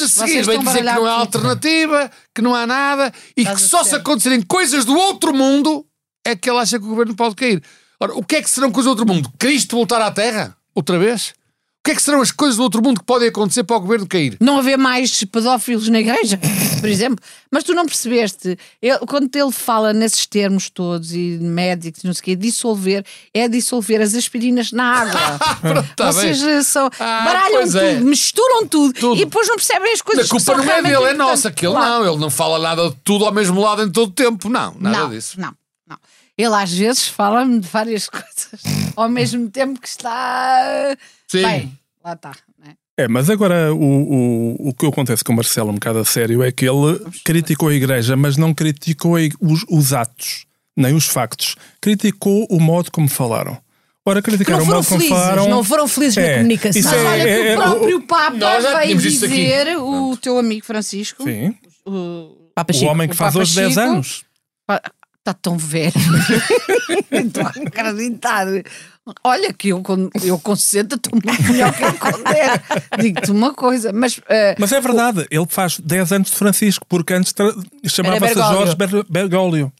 Speaker 3: Mas
Speaker 4: a seguir
Speaker 3: vocês
Speaker 4: vem
Speaker 3: estão
Speaker 4: dizer que
Speaker 3: baralhados
Speaker 4: não há
Speaker 3: com-
Speaker 4: alternativa, que não há nada e
Speaker 3: Estás
Speaker 4: que
Speaker 3: a
Speaker 4: só se
Speaker 3: perceber.
Speaker 4: acontecerem coisas do outro mundo é que ele acha que o governo pode cair. Ora, o que é que serão coisas do outro mundo? Cristo voltar à Terra? Outra vez? O que é que serão as coisas do outro mundo que podem acontecer para o governo cair?
Speaker 3: não haver mais pedófilos na igreja, por exemplo. Mas tu não percebeste, ele- quando ele fala nesses termos todos e médicos, não sei o quê, dissolver, é dissolver as aspirinas na água.
Speaker 4: Pronto, tá bem.
Speaker 3: Vocês eh, são,
Speaker 4: Ah,
Speaker 3: baralham
Speaker 4: pois
Speaker 3: tudo,
Speaker 4: é.
Speaker 3: misturam tudo,
Speaker 4: Tudo.
Speaker 3: e depois não percebem as
Speaker 4: A
Speaker 3: coisas que
Speaker 4: culpa
Speaker 3: são
Speaker 4: não é
Speaker 3: realmente
Speaker 4: dele, é
Speaker 3: importantes.
Speaker 4: nossa, que ele
Speaker 3: Claro.
Speaker 4: não, ele não fala nada de tudo ao mesmo lado em todo o tempo. Não, nada
Speaker 3: não,
Speaker 4: disso.
Speaker 3: Não, não. Ele às vezes fala-me de várias coisas ao mesmo tempo que está. eh,
Speaker 4: Sim.
Speaker 3: Bem, lá está. né?
Speaker 1: É, mas agora o, o, o que acontece com o Marcelo um bocado a sério é que ele criticou a Igreja, mas não criticou a ig- os, os atos, nem os factos. Criticou o modo como falaram. Ora,
Speaker 5: Que não
Speaker 1: criticaram o
Speaker 5: foram
Speaker 1: modo
Speaker 5: felizes,
Speaker 1: como falaram.
Speaker 5: não foram felizes na
Speaker 1: É,
Speaker 5: comunicação.
Speaker 1: isso
Speaker 3: Mas
Speaker 1: É,
Speaker 3: olha que
Speaker 1: é, é,
Speaker 3: o próprio Papa
Speaker 4: Nós já
Speaker 3: veio
Speaker 4: tínhamos isto aqui.
Speaker 3: dizer, o teu amigo Francisco,
Speaker 1: Sim,
Speaker 3: o,
Speaker 5: Papa
Speaker 1: o
Speaker 5: Chico.
Speaker 1: homem que
Speaker 3: o
Speaker 1: faz
Speaker 3: Papa
Speaker 1: hoje 10
Speaker 3: Chico-
Speaker 1: anos.
Speaker 3: Está tá tão velho. Não Estou a acreditar. Olha, que eu, com- eu com 60 estou muito melhor que eu com 10. Digo-te uma coisa, mas. eh,
Speaker 1: Mas é verdade, ele faz 10 anos de Francisco, porque antes tra- chamava-se
Speaker 5: Bergoglio.
Speaker 1: Jorge Ber- Bergoglio.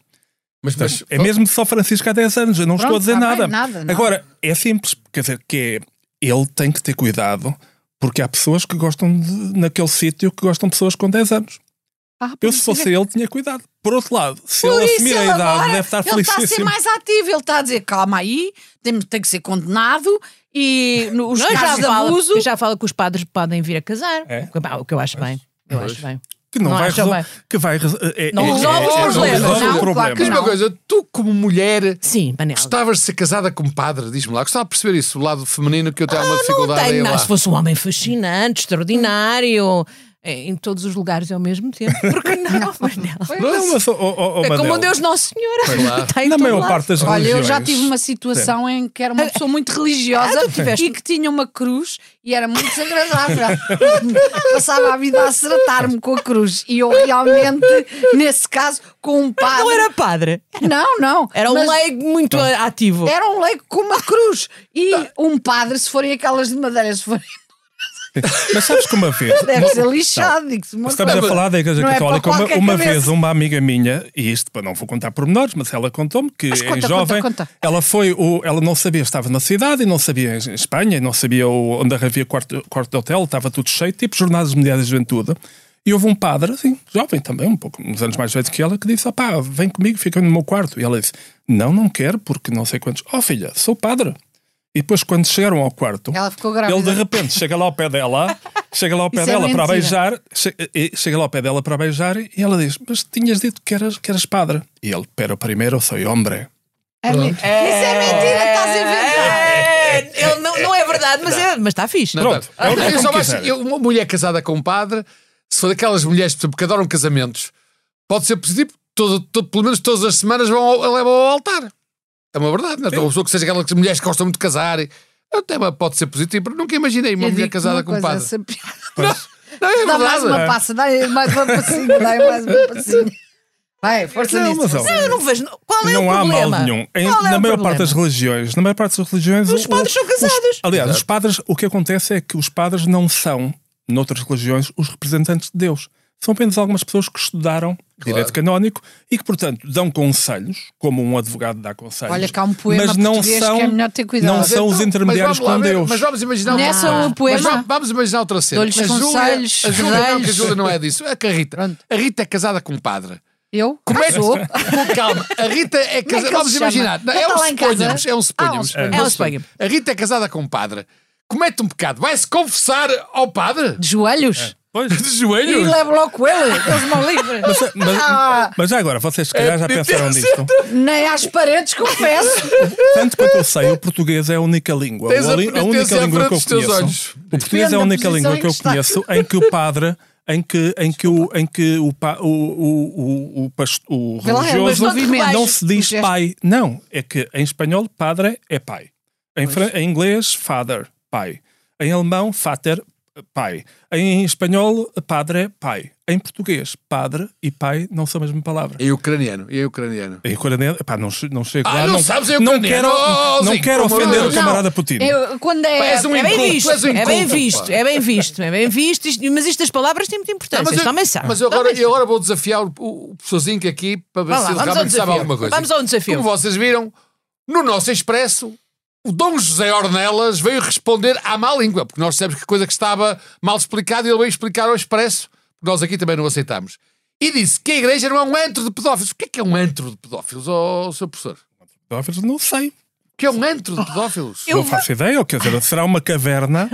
Speaker 4: Mas, mas
Speaker 1: É mesmo só Francisco há 10 anos, eu não estou a dizer
Speaker 3: está bem,
Speaker 1: nada.
Speaker 3: nada, não.
Speaker 1: Agora, é simples, quer dizer, que é, ele tem que ter cuidado, porque há pessoas que gostam de- naquele sítio que gostam de pessoas com 10 anos.
Speaker 3: ah,
Speaker 1: Eu, se fosse ele, tinha cuidado. Por outro lado, se
Speaker 3: Por
Speaker 1: ele
Speaker 3: isso
Speaker 1: assumir a
Speaker 3: ele
Speaker 1: idade,
Speaker 3: agora,
Speaker 1: deve estar
Speaker 3: ele está a ser
Speaker 1: felicíssimo.
Speaker 3: mais ativo, ele está a dizer calma aí, tem, tem que ser condenado e no- os
Speaker 5: Não, já
Speaker 3: casos de
Speaker 5: fala,
Speaker 3: abuso.
Speaker 5: já fala que os padres podem vir a casar.
Speaker 1: É?
Speaker 5: O que- pá, O que eu acho bem. Eu acho bem.
Speaker 1: Que não,
Speaker 5: Não
Speaker 1: vai
Speaker 5: acha
Speaker 1: resolver. Que vai resol- é-
Speaker 5: Não
Speaker 1: é-
Speaker 5: resolve
Speaker 1: é- é-
Speaker 5: os problemas.
Speaker 1: Não resolve
Speaker 3: Não,
Speaker 1: o
Speaker 3: claro
Speaker 1: problema.
Speaker 3: que
Speaker 4: diz-me uma
Speaker 3: não.
Speaker 4: coisa, tu como mulher
Speaker 5: Sim, Manel.
Speaker 4: Gostavas de ser casada com um padre? Diz-me lá. Gostava de perceber isso, o lado feminino que
Speaker 3: Ah,
Speaker 4: eu tenho alguma
Speaker 5: Não
Speaker 4: dificuldade em
Speaker 5: tenho,
Speaker 4: ir
Speaker 5: não.
Speaker 4: lá.
Speaker 5: Se fosse um homem fascinante, extraordinário, é, em todos os lugares ao mesmo tempo. Porque não, Manel?
Speaker 1: Não, mas, oh, oh, oh,
Speaker 5: É como
Speaker 1: Manel,
Speaker 5: um Deus Nosso Senhor.
Speaker 4: lá.
Speaker 5: Está em
Speaker 1: Na
Speaker 5: todo
Speaker 1: maior
Speaker 5: lado.
Speaker 1: parte das
Speaker 3: Olha, eu
Speaker 1: religiões.
Speaker 3: já tive uma situação em que era uma pessoa muito religiosa
Speaker 5: Ah, tu tiveste.
Speaker 3: e que tinha uma cruz e era muito desagradável. Passava a vida a acertar-me com a cruz e eu realmente, nesse caso, com um padre.
Speaker 5: Não era padre. É,
Speaker 3: Não, não.
Speaker 5: Era um
Speaker 3: Mas
Speaker 5: leigo muito a- ativo.
Speaker 3: Era um leigo com uma cruz e um padre, se forem aquelas de madeira, se forem.
Speaker 1: Mas sabes que uma vez,
Speaker 3: Deve ser lixado, digo-se uma
Speaker 1: Estamos a
Speaker 3: coisa.
Speaker 1: falar da Igreja
Speaker 3: Não é para
Speaker 1: Católica. Uma-
Speaker 3: qualquer
Speaker 1: uma
Speaker 3: cabeça.
Speaker 1: vez, um uma amiga minha, e isto pá, não vou contar pormenores, mas ela contou-me que
Speaker 3: Mas
Speaker 1: em
Speaker 3: conta,
Speaker 1: jovem
Speaker 3: conta, conta.
Speaker 1: ela foi, o- ela não sabia, estava na cidade e não sabia em Espanha, e não sabia o- onde havia quarto, quarto de hotel, estava tudo cheio, tipo jornadas de mediadas de juventude. E houve um padre, assim, jovem também, um pouco, uns anos mais velho que ela, que disse: "Ah pá, vem comigo, fica no meu quarto. E ela disse: Não, não quero, porque não sei quantos. Oh filha, sou padre. E depois, quando chegaram ao quarto,
Speaker 3: Ela ficou grávida.
Speaker 1: ele de repente chega lá ao pé dela, chega lá ao pé
Speaker 3: Isso é
Speaker 1: dela para
Speaker 3: mentira.
Speaker 1: beijar, che- e- chega lá ao pé dela para beijar e ela diz: Mas tinhas dito que eras, que eras padre. E ele: Pero primeiro sou hombre.
Speaker 3: É me- Isso é mentira, estás a inventar.
Speaker 5: É, ele não, não é verdade, mas, é, mas está fixe.
Speaker 4: Não,
Speaker 1: Pronto,
Speaker 4: tá.
Speaker 1: é o que
Speaker 4: Eu só
Speaker 1: como
Speaker 4: acho-
Speaker 1: quiser.
Speaker 4: eu- uma mulher casada com um padre, se for daquelas mulheres por exemplo, que adoram casamentos, pode ser positivo. Todo, todo- pelo menos todas as semanas vão ao, a levam ao altar. É uma verdade, não é? Uma pessoa que seja aquelas mulheres que gostam muito de casar. e- Até pode ser positivo, porque nunca imaginei uma
Speaker 3: Eu
Speaker 4: mulher
Speaker 3: digo-te
Speaker 4: casada
Speaker 3: uma
Speaker 4: com um
Speaker 3: coisa,
Speaker 4: padre.
Speaker 3: essa piada.
Speaker 4: Não, é
Speaker 3: Dá mais uma
Speaker 4: verdade.
Speaker 3: passa, dá aí mais uma passinha, dá aí mais uma passinha. Vai, força
Speaker 1: Não,
Speaker 3: nisso.
Speaker 1: mas,
Speaker 3: força
Speaker 1: ó,
Speaker 3: nisso.
Speaker 5: Eu não vejo. Qual é o
Speaker 1: não há
Speaker 5: problema?
Speaker 1: mal nenhum. Em-
Speaker 5: Qual é
Speaker 1: na
Speaker 5: o
Speaker 1: maior
Speaker 5: problema?
Speaker 1: parte das religiões, na maior parte das religiões.
Speaker 5: Os
Speaker 1: o-
Speaker 5: padres são casados.
Speaker 1: aliás, os padres, o que acontece é que os padres não são, noutras religiões, os representantes de Deus. São apenas algumas pessoas que estudaram direito canónico e que, portanto, dão conselhos, como um advogado dá conselhos.
Speaker 3: Olha que há um poema
Speaker 1: mas não
Speaker 3: português
Speaker 1: são,
Speaker 3: que é melhor ter cuidado.
Speaker 1: Não
Speaker 3: Mas
Speaker 1: são os
Speaker 4: Então,
Speaker 1: intermediários
Speaker 4: mas vamos lá
Speaker 1: com
Speaker 4: ver,
Speaker 1: Deus.
Speaker 4: Mas vamos imaginar
Speaker 3: Não é
Speaker 4: outra
Speaker 3: só o
Speaker 4: cena.
Speaker 3: poema?
Speaker 4: Mas va- vamos imaginar outra cena.
Speaker 3: Dou-lhes
Speaker 4: A Júlia-
Speaker 3: conselhos,
Speaker 4: a Júlia, não, que a
Speaker 3: reis.
Speaker 4: Júlia não é disso. É que a Rita.
Speaker 3: Pronto.
Speaker 4: A Rita é casada com um padre.
Speaker 3: Eu?
Speaker 4: Como é que-
Speaker 3: Sou.
Speaker 4: Com calma, a Rita é
Speaker 3: Como é que
Speaker 4: casada.
Speaker 3: ele
Speaker 4: vamos
Speaker 3: se
Speaker 4: imaginar.
Speaker 3: chama?
Speaker 4: Não,
Speaker 3: Ele
Speaker 4: é,
Speaker 3: está
Speaker 4: um
Speaker 3: lá em casa?
Speaker 4: suponhamos, é um suponhamos.
Speaker 3: Ah, um
Speaker 4: É um
Speaker 5: suponhamos.
Speaker 4: suponhamos. A Rita é casada com um padre. Comete um pecado. Vai-se confessar ao padre?
Speaker 3: De
Speaker 1: É.
Speaker 3: joelhos?
Speaker 1: Pois.
Speaker 4: De
Speaker 3: E
Speaker 4: joelhos?
Speaker 3: levo logo com ele, eles não livres. Ah,
Speaker 1: Mas, mas já agora, vocês se
Speaker 4: É
Speaker 1: calhar já pensaram nisto.
Speaker 3: nem às paredes, confesso.
Speaker 1: Tanto quanto eu sei, o português é a única língua.
Speaker 4: Tens a
Speaker 1: a, li- a única
Speaker 4: penitência à
Speaker 1: língua
Speaker 4: frente
Speaker 1: que eu
Speaker 4: dos teus
Speaker 1: conheço.
Speaker 4: olhos.
Speaker 1: O português
Speaker 3: Depende
Speaker 1: é a
Speaker 3: da
Speaker 1: única
Speaker 3: posição
Speaker 1: língua
Speaker 3: em
Speaker 1: que eu
Speaker 3: que está.
Speaker 1: conheço em que o padre. Em que, em que, o, em que o, pa- o, o, o, o, pasto- o
Speaker 3: Vê lá, é, mas
Speaker 1: religioso
Speaker 3: não te rebaixes
Speaker 1: não se diz
Speaker 3: no gesto.
Speaker 1: pai. Não, é que em espanhol padre é pai. Em, fran- em inglês, father, pai. Em alemão, vater, pai. Em espanhol, padre, pai. em português, padre e pai não são a mesma palavra.
Speaker 4: Em ucraniano, em ucraniano.
Speaker 1: Em ucraniano, epá, não, che- não chego
Speaker 4: Ah,
Speaker 1: lá.
Speaker 4: não sabes em
Speaker 1: não
Speaker 4: ucraniano, Oh,
Speaker 1: quero,
Speaker 4: ó, ó,
Speaker 1: não
Speaker 4: Zico,
Speaker 1: quero
Speaker 4: por amor de
Speaker 1: ofender o é
Speaker 4: Deus.
Speaker 1: camarada Putin.
Speaker 3: Eu- quando é.
Speaker 4: Parece um
Speaker 3: é
Speaker 5: É
Speaker 3: bem-
Speaker 5: bem
Speaker 4: Inculto,
Speaker 5: visto,
Speaker 4: és um
Speaker 5: é bem
Speaker 4: inculto,
Speaker 5: visto,
Speaker 4: pá.
Speaker 5: é bem visto, é bem visto, isto- mas isto das palavras tem muita
Speaker 4: Ah,
Speaker 5: importância,
Speaker 4: mas,
Speaker 5: também
Speaker 4: eu,
Speaker 5: sabe.
Speaker 4: mas eu agora,
Speaker 5: Também sabe.
Speaker 4: eu agora vou desafiar o, o pessoazinho aqui para ver
Speaker 5: Vá lá,
Speaker 4: se ele
Speaker 5: vamos ao
Speaker 4: realmente sabe
Speaker 5: desafio.
Speaker 4: alguma coisa.
Speaker 5: Vamos ao desafio.
Speaker 4: Como vocês viram, no nosso expresso, o Dom José Ornelas veio responder à má língua, porque nós sabemos que coisa que estava mal explicada e ele veio explicar ao expresso, porque nós aqui também não aceitamos. E disse que a igreja não é um antro de pedófilos. O que é que é um antro de pedófilos, ó, Sr. Professor? O
Speaker 1: Pedófilos, Não sei.
Speaker 4: que é um antro de pedófilos?
Speaker 5: Oh, Eu
Speaker 1: não
Speaker 5: vou-
Speaker 1: faço ideia. Ou, quer dizer, será uma caverna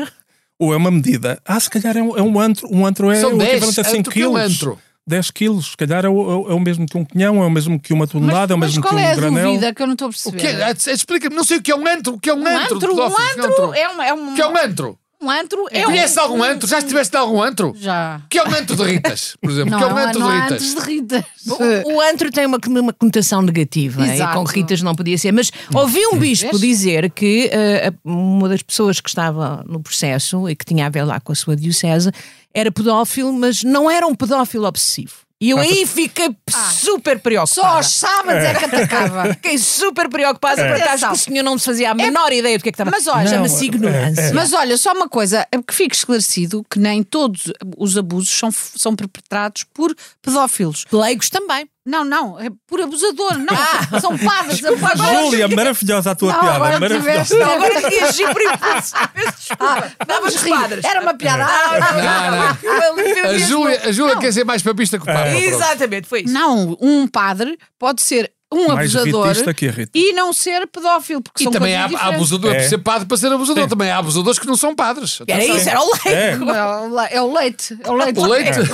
Speaker 1: ou é uma medida? Ah, se calhar é um, é um antro. Um antro é
Speaker 4: São
Speaker 1: o
Speaker 4: 10
Speaker 1: equivalente a
Speaker 4: antro
Speaker 1: 5
Speaker 4: que é um
Speaker 1: quilos.
Speaker 4: antro.
Speaker 1: 10 quilos. Se calhar é o, é o mesmo que um quinhão, é o mesmo que uma
Speaker 3: Mas,
Speaker 1: tonelada, é o
Speaker 3: mas
Speaker 1: mesmo
Speaker 3: qual
Speaker 1: que um
Speaker 3: é a
Speaker 1: granel.
Speaker 3: dúvida que eu não estou a
Speaker 4: O que
Speaker 3: perceber?
Speaker 4: é? Explica-me, não sei o que é um antro. O que é um,
Speaker 3: Um
Speaker 4: antro de
Speaker 3: antro, um
Speaker 4: pedófilos?
Speaker 3: antro é um, é um,
Speaker 4: O que é um antro?
Speaker 3: um antro. É um-
Speaker 4: Conheces algum antro? Já estiveste em algum antro?
Speaker 3: Já.
Speaker 4: O que é um antro de Ritas, por exemplo? O que é um
Speaker 3: há-
Speaker 4: antro
Speaker 3: não
Speaker 4: de
Speaker 3: há
Speaker 4: Ritas?
Speaker 3: antes de Ritas.
Speaker 5: O, o antro tem uma, uma conotação negativa, é?
Speaker 3: Exato.
Speaker 5: com Ritas não podia ser. Mas ouvi um bispo
Speaker 3: Vês?
Speaker 5: dizer que eh, a- uma das pessoas que estava no processo e que tinha a ver lá com a sua diocese era pedófilo, mas não era um pedófilo obsessivo. E eu aí fiquei p- super preocupada.
Speaker 3: Só aos sábados é que atacava.
Speaker 5: Fiquei super preocupada, por acaso que o senhor não me fazia a menor ideia do que é que estava.
Speaker 3: Mas olha-
Speaker 5: Não,
Speaker 1: Não,
Speaker 5: chama-se ignorância.
Speaker 3: Mas olha, só uma coisa, é que fique esclarecido que nem todos os abusos são, são perpetrados por pedófilos.
Speaker 5: Leigos também. Ah!
Speaker 3: Não, não, é por abusador, não. São padres, abusadores.
Speaker 1: Júlia, maravilhosa a tua
Speaker 3: Não,
Speaker 1: piada.
Speaker 3: agora
Speaker 1: Maravilhosa.
Speaker 3: tiveste-
Speaker 5: Não, agora reagi por impulso. Peço desculpa. Dava
Speaker 3: Vamos
Speaker 5: os
Speaker 3: rir.
Speaker 5: padres.
Speaker 3: Era uma piada. Ah,
Speaker 4: Não,
Speaker 5: Eu alivio
Speaker 4: não. A
Speaker 5: mesmo.
Speaker 4: Júlia, a Júlia quer ser mais papista que o Papa. É, pronto.
Speaker 5: Exatamente, foi isso.
Speaker 3: Não, um padre pode ser um
Speaker 1: Mais
Speaker 3: abusador
Speaker 1: ritista que a Rita.
Speaker 3: e não ser pedófilo, porque
Speaker 4: E
Speaker 3: são
Speaker 4: também há,
Speaker 3: coisas
Speaker 4: há
Speaker 3: diferentes.
Speaker 4: abusador, é.
Speaker 1: É.
Speaker 4: preciso ser padre para ser abusador. Também há abusadores que não são padres.
Speaker 5: Era isso, era o leigo.
Speaker 3: Não, É o le- é o leite, é o leite.
Speaker 4: O leite.
Speaker 3: Leite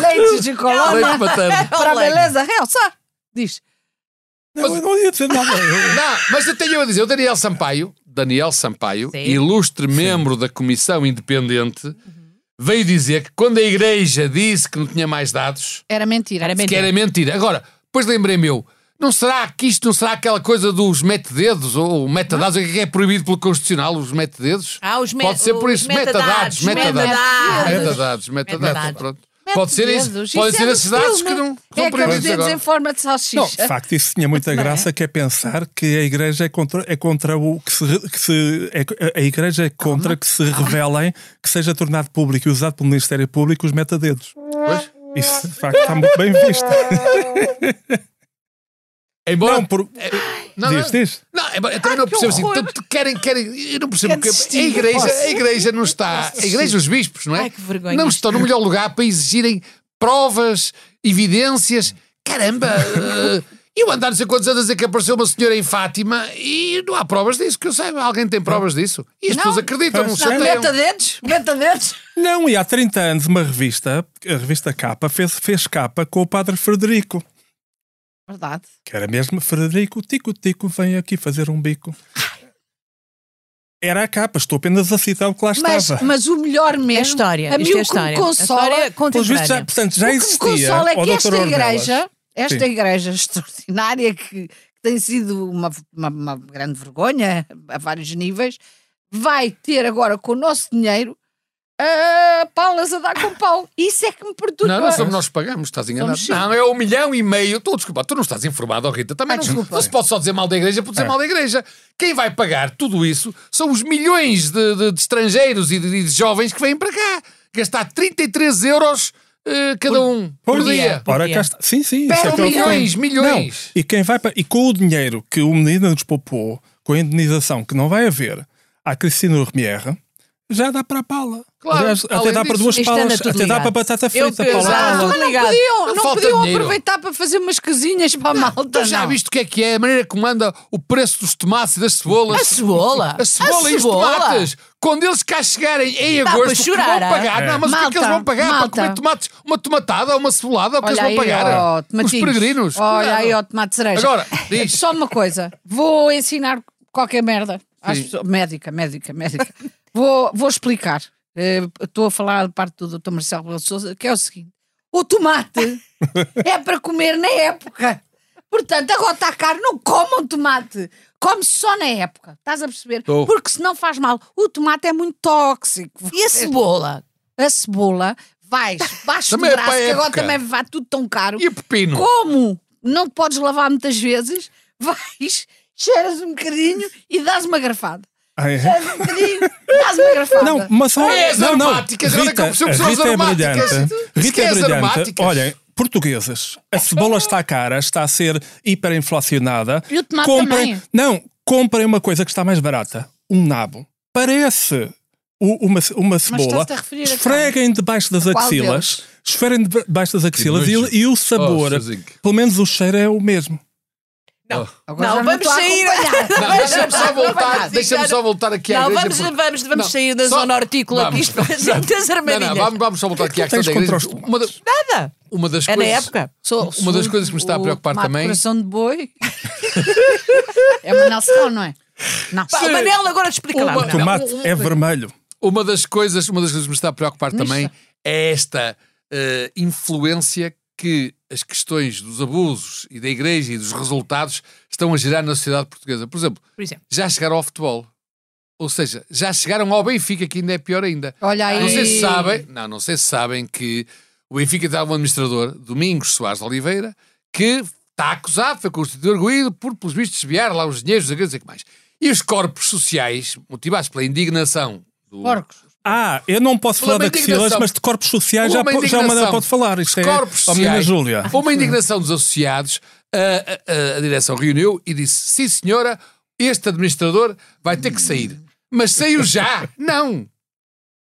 Speaker 3: de
Speaker 4: Atenção.
Speaker 3: colona.
Speaker 4: Leite materno.
Speaker 3: Para a beleza, realça. Diz.
Speaker 1: Não, eu não ia dizer nada. Eu-
Speaker 4: Não, mas eu tenho a dizer, o Daniel Sampaio, Daniel Sampaio,
Speaker 5: Sim.
Speaker 4: ilustre membro da Comissão Independente,
Speaker 5: Uhum.
Speaker 4: veio dizer que quando a Igreja disse que não tinha mais dados,
Speaker 3: Era mentira.
Speaker 5: Era
Speaker 4: que
Speaker 5: mentira.
Speaker 4: era mentira. Agora, depois lembrei-me eu, não será que isto não será aquela coisa dos mete-dedos ou metadados, o que é que é proibido pelo Constitucional, os mete-dedos?
Speaker 5: Ah, os me-
Speaker 4: Pode ser por
Speaker 5: os
Speaker 4: isso,
Speaker 5: metadados,
Speaker 4: metadados, metadados.
Speaker 5: metadados.
Speaker 4: Metadados, metadados,
Speaker 5: Metadados.
Speaker 4: pronto.
Speaker 3: Mete
Speaker 4: Pode ser isso,
Speaker 3: dedos.
Speaker 4: podem
Speaker 3: Isso
Speaker 4: ser
Speaker 3: é
Speaker 4: esses
Speaker 3: um
Speaker 4: dados que
Speaker 3: filme.
Speaker 4: não são
Speaker 3: É aqueles
Speaker 4: proibidos
Speaker 3: dedos em
Speaker 4: agora.
Speaker 3: forma de
Speaker 1: Não, de
Speaker 3: salsicha.
Speaker 1: facto, isso tinha muita graça, que é pensar que a igreja é contra, é contra o que se, re- que se- é- a igreja é contra que se revelem, que seja tornado público e usado pelo Ministério Público os metadedos.
Speaker 4: Pois.
Speaker 1: Isso, de facto, está muito bem visto.
Speaker 4: Embora...
Speaker 1: Não, por,
Speaker 3: É,
Speaker 4: É, Não, não.
Speaker 1: diz, diz.
Speaker 4: Não, é- eu também não percebo assim.
Speaker 3: Ah, horror.
Speaker 4: Tanto querem, querem. Eu não percebo
Speaker 3: Quer
Speaker 4: porque a
Speaker 3: desistir,
Speaker 4: igreja,
Speaker 3: posso?
Speaker 4: a igreja não está. A igreja, os bispos, não é?
Speaker 5: Ai, que vergonha.
Speaker 4: Não estão no melhor lugar para exigirem provas, evidências. Caramba! eh, Eu andar não sei quantos anos a dizer que apareceu uma senhora em Fátima e não há provas disso, que eu saiba. Alguém tem provas disso? E as
Speaker 3: Não.
Speaker 4: pessoas acreditam, não
Speaker 1: Não,
Speaker 3: Não,
Speaker 4: chateiam.
Speaker 3: meta dedos, meta dedos.
Speaker 1: Não, e há 30 anos uma revista, a revista Capa, fez, fez capa com o padre Frederico.
Speaker 3: Verdade.
Speaker 1: Que era mesmo Frederico Tico Tico, vem aqui fazer um bico. Era a capa, estou apenas a citar o que lá
Speaker 3: Mas,
Speaker 1: estava.
Speaker 3: mas o melhor mesmo.
Speaker 5: É história.
Speaker 3: A é mim
Speaker 5: Isto é
Speaker 3: o que me
Speaker 5: história.
Speaker 3: consola.
Speaker 5: A história
Speaker 1: Pelos vistos, já,
Speaker 4: é
Speaker 5: contemporânea.
Speaker 1: portanto, já
Speaker 3: o que
Speaker 1: existia.
Speaker 3: me consola é
Speaker 1: ó,
Speaker 3: que
Speaker 1: Dr.
Speaker 3: esta
Speaker 1: Ornelas.
Speaker 3: igreja, esta
Speaker 1: Sim.
Speaker 3: igreja extraordinária que, que tem sido uma, uma- uma grande vergonha a vários níveis, vai ter agora com o nosso dinheiro ah, paulas a dar com pau. Isso é que me perturba.
Speaker 4: Não, não somos nós que pagamos, estás enganado.
Speaker 3: Somos sim.
Speaker 4: Não, é um milhão e meio. Estou desculpa, tu não estás informado, oh Rita. Também
Speaker 3: Ah,
Speaker 4: não,
Speaker 3: desculpa.
Speaker 4: não se pode só dizer mal da igreja por dizer
Speaker 1: É.
Speaker 4: mal da igreja. Quem vai pagar tudo isso são os milhões de, de- de estrangeiros e de, de jovens que vêm para cá gastar 33 euros eh, cada um por,
Speaker 1: Pois,
Speaker 4: dia.
Speaker 1: Ora,
Speaker 5: dia.
Speaker 1: cá está. Sim, sim. isso
Speaker 4: Pera,
Speaker 1: é que eu
Speaker 4: milhões,
Speaker 1: sei.
Speaker 4: milhões.
Speaker 1: Não, E, quem vai para... e com o dinheiro que o menino nos poupou, com a indenização que não vai haver à Cristina Urmier, já dá para a pala.
Speaker 4: Claro,
Speaker 1: Aliás, até
Speaker 4: além
Speaker 1: dá para
Speaker 4: disso,
Speaker 1: duas
Speaker 5: isto
Speaker 1: palas,
Speaker 5: anda tudo
Speaker 1: até dá
Speaker 5: ligado.
Speaker 1: para batata
Speaker 5: Eu
Speaker 1: frita.
Speaker 5: que-
Speaker 1: Paulo.
Speaker 4: Tá,
Speaker 5: Exato.
Speaker 3: Ah, Mas não
Speaker 5: Obrigado.
Speaker 3: podiam, não
Speaker 4: Falta
Speaker 3: podiam
Speaker 4: dinheiro.
Speaker 3: aproveitar para fazer umas casinhas para a malta.
Speaker 4: Tu já
Speaker 3: não.
Speaker 4: viste o que é que é? A maneira como anda o preço dos tomates e das cebolas.
Speaker 5: A cebola.
Speaker 3: Ah,
Speaker 4: A cebola e os
Speaker 5: cebola.
Speaker 4: tomates. Quando eles cá chegarem em
Speaker 5: Dá
Speaker 4: agosto,
Speaker 5: para
Speaker 4: o que vão
Speaker 5: chorar, ah?
Speaker 4: pagar? Não, mas o que é que
Speaker 3: Malta,
Speaker 4: eles vão pagar
Speaker 3: malta.
Speaker 4: para comer tomates? Uma tomatada, uma cebolada, o que
Speaker 3: Olha
Speaker 4: eles
Speaker 3: aí,
Speaker 4: vão
Speaker 3: ó,
Speaker 4: pagar? Os
Speaker 3: tomatinhos.
Speaker 4: peregrinos.
Speaker 3: Olha aí, ó,
Speaker 4: Cuidado.
Speaker 3: tomate de cereja.
Speaker 4: Agora, diz.
Speaker 3: Só uma coisa. Vou ensinar qualquer merda às
Speaker 4: Sim.
Speaker 3: pessoas. Médica, médica, médica. vou, vou explicar. Eh, Estou a falar de parte do Dr. Marcelo Rebelo de Sousa, que é o seguinte. O tomate é para comer na época. Portanto, agora está caro, não comam tomate. Come só na época. Estás a perceber?
Speaker 4: Tô.
Speaker 3: Porque senão faz mal. O tomate é muito tóxico.
Speaker 5: E a cebola?
Speaker 3: A cebola Vais, baixa o
Speaker 4: Também é
Speaker 3: braço,
Speaker 4: para a
Speaker 3: que agora
Speaker 4: época.
Speaker 3: também vai tudo tão caro.
Speaker 4: E o pepino?
Speaker 3: Como não te podes lavar muitas vezes, vais, cheiras um bocadinho e dás uma garfada.
Speaker 1: Ah, é?
Speaker 3: Cheiras um bocadinho e dás uma garfada.
Speaker 1: Não, mas são.
Speaker 4: és
Speaker 1: não, não.
Speaker 4: aromática, É, agora
Speaker 1: Rita,
Speaker 4: como são pessoas
Speaker 1: Rita é
Speaker 4: aromáticas.
Speaker 1: brilhante.
Speaker 4: Tu-
Speaker 1: Rita é
Speaker 4: esquece
Speaker 1: brilhante.
Speaker 4: aromáticas.
Speaker 1: Olhem, portugueses, a cebola está cara, está a ser hiperinflacionada.
Speaker 3: E o tomate
Speaker 1: comprem,
Speaker 3: também.
Speaker 1: Não, comprem uma coisa que está mais barata: um nabo. Parece o- uma, uma cebola.
Speaker 3: estás-te a referir a qual?
Speaker 1: Esfreguem debaixo das
Speaker 3: qual
Speaker 1: axilas.
Speaker 3: deles?
Speaker 1: Esfreguem debaixo das axilas e,
Speaker 4: nojo.
Speaker 1: e o sabor,
Speaker 4: Oh, Suzinho.
Speaker 1: pelo menos o cheiro é o mesmo.
Speaker 5: Não,
Speaker 3: Agora
Speaker 5: não
Speaker 3: já
Speaker 5: vamos
Speaker 3: estou a
Speaker 5: sair.
Speaker 3: acompanhar.
Speaker 4: Não, deixa-me só voltar, deixa-me só voltar aqui à
Speaker 5: Não,
Speaker 4: igreja. é
Speaker 5: vamos,
Speaker 4: porque-
Speaker 5: vamos, vamos
Speaker 4: Não,
Speaker 5: sair da
Speaker 4: só-
Speaker 5: zona hortícola, que
Speaker 4: vamos.
Speaker 5: isto vai ser das
Speaker 4: Não,
Speaker 5: armadilhas.
Speaker 4: não, vamos, vamos só voltar aqui à questão
Speaker 1: tens
Speaker 4: da
Speaker 1: contra
Speaker 4: igreja.
Speaker 1: os tomates?
Speaker 4: Uma, da-
Speaker 5: Nada.
Speaker 4: uma das
Speaker 5: É na
Speaker 4: coisas...
Speaker 5: época.
Speaker 3: Sou-
Speaker 4: Uma das
Speaker 3: sou
Speaker 4: coisas que me está a
Speaker 3: o
Speaker 4: preocupar
Speaker 3: tomate
Speaker 4: também-
Speaker 3: coração de boi. é Manel Serrão, não é? Não.
Speaker 5: Pá, o Manel agora te explica lá.
Speaker 4: Uma-
Speaker 1: O
Speaker 5: Manel.
Speaker 1: tomate
Speaker 4: um- um-
Speaker 1: é vermelho.
Speaker 4: Uma das coisas, uma das coisas que me está a preocupar
Speaker 3: Nisto.
Speaker 4: também é esta eh, influência que as questões dos abusos e da igreja e dos resultados estão a gerar na sociedade portuguesa. Por exemplo,
Speaker 5: Por exemplo.
Speaker 4: já chegaram ao futebol. Ou seja, já chegaram ao Benfica, que ainda é pior ainda.
Speaker 3: Olha aí.
Speaker 4: Não sei se sabem, não, não sei se sabem que o Benfica estava um administrador, Domingos Soares de Oliveira, que está acusado, foi constituído arguído por, pelos vistos, desviar lá os dinheiros, não sei o que mais. E os corpos sociais, motivados pela indignação do,
Speaker 3: Porcos.
Speaker 1: Ah, eu não posso
Speaker 4: Pela
Speaker 1: falar de
Speaker 4: indignação.
Speaker 1: axilas, mas de corpos sociais já,
Speaker 4: Uma
Speaker 1: po- já o Manel
Speaker 4: indignação.
Speaker 1: pode falar. Isto é
Speaker 4: corpos
Speaker 1: a menina
Speaker 4: sociais.
Speaker 1: Júlia.
Speaker 4: Houve uma indignação dos associados, a, a- a- a direção reuniu e disse: sim, senhora, este administrador vai ter que sair. Mas saiu já? Não!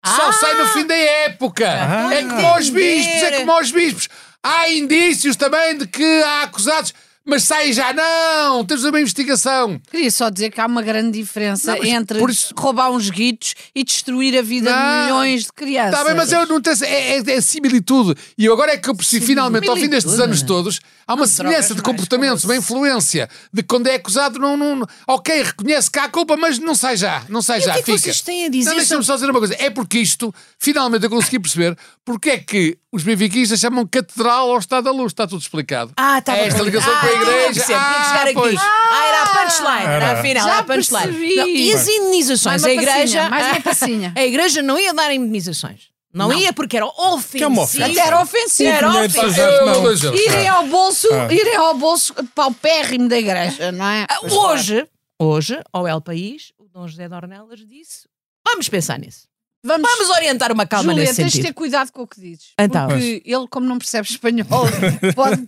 Speaker 4: Só sai no fim da época!
Speaker 1: Ah.
Speaker 4: é como aos bispos, é como aos bispos. Há indícios também de que há acusados, mas sai já! Não! Temos uma investigação!
Speaker 3: Queria só dizer que há uma grande diferença
Speaker 4: Não, mas
Speaker 3: entre
Speaker 4: por isso-
Speaker 3: roubar uns guitos e destruir a vida de
Speaker 4: Não.
Speaker 3: milhões de crianças.
Speaker 4: Está Tá bem, mas eu não tenho. É, é, é similitude. E eu agora é que eu percebi, finalmente, ao fim destes
Speaker 3: Similitude.
Speaker 4: anos todos, há uma
Speaker 3: Não
Speaker 4: semelhança
Speaker 3: drogas
Speaker 4: de
Speaker 5: é
Speaker 3: mais,
Speaker 4: comportamentos, uma
Speaker 3: como se-
Speaker 4: influência, de que quando é acusado, não, não. não- Ok, reconhece que há culpa, mas não sai já. Não sai já.
Speaker 5: que é que
Speaker 4: fica.
Speaker 5: vocês têm a dizer
Speaker 4: Não, deixa-me só dizer uma coisa. É porque isto, finalmente, eu consegui perceber porque é que os benfiquistas chamam catedral ao Estado da Luz. Está tudo explicado.
Speaker 5: Ah, estava
Speaker 4: É Esta ligação
Speaker 5: ah,
Speaker 4: com a igreja.
Speaker 5: Tinha que, ah,
Speaker 4: Ah,
Speaker 5: chegar aqui.
Speaker 4: pois.
Speaker 5: Ah, era a punchline. Era a final,
Speaker 3: Já
Speaker 5: era a punchline.
Speaker 3: percebi.
Speaker 5: Não, e as indenizações?
Speaker 3: Mais uma
Speaker 5: a igreja.
Speaker 3: passinha, mais uma passinha.
Speaker 5: A igreja não ia dar indenizações. Não, ia porque era ofensivo.
Speaker 1: Que é uma ofensa.
Speaker 3: Até era ofensivo.
Speaker 5: Era
Speaker 1: Dinheiro
Speaker 5: ofensivo.
Speaker 1: sujo às
Speaker 4: Eu-
Speaker 1: mãos.
Speaker 4: dois euros.
Speaker 3: Irem ao bolso,
Speaker 1: Ah.
Speaker 3: irem ao bolso paupérrimo da igreja, não é?
Speaker 5: Ah, Hoje, hoje, ao El País, o Dom José de Ornelas disse: vamos pensar nisso.
Speaker 3: vamos,
Speaker 5: Vamos orientar uma calma
Speaker 3: Júlia,
Speaker 5: nesse
Speaker 3: tens de
Speaker 5: sentido.
Speaker 3: ter cuidado com o que dizes.
Speaker 5: Então.
Speaker 3: porque ele, como não percebe espanhol, pode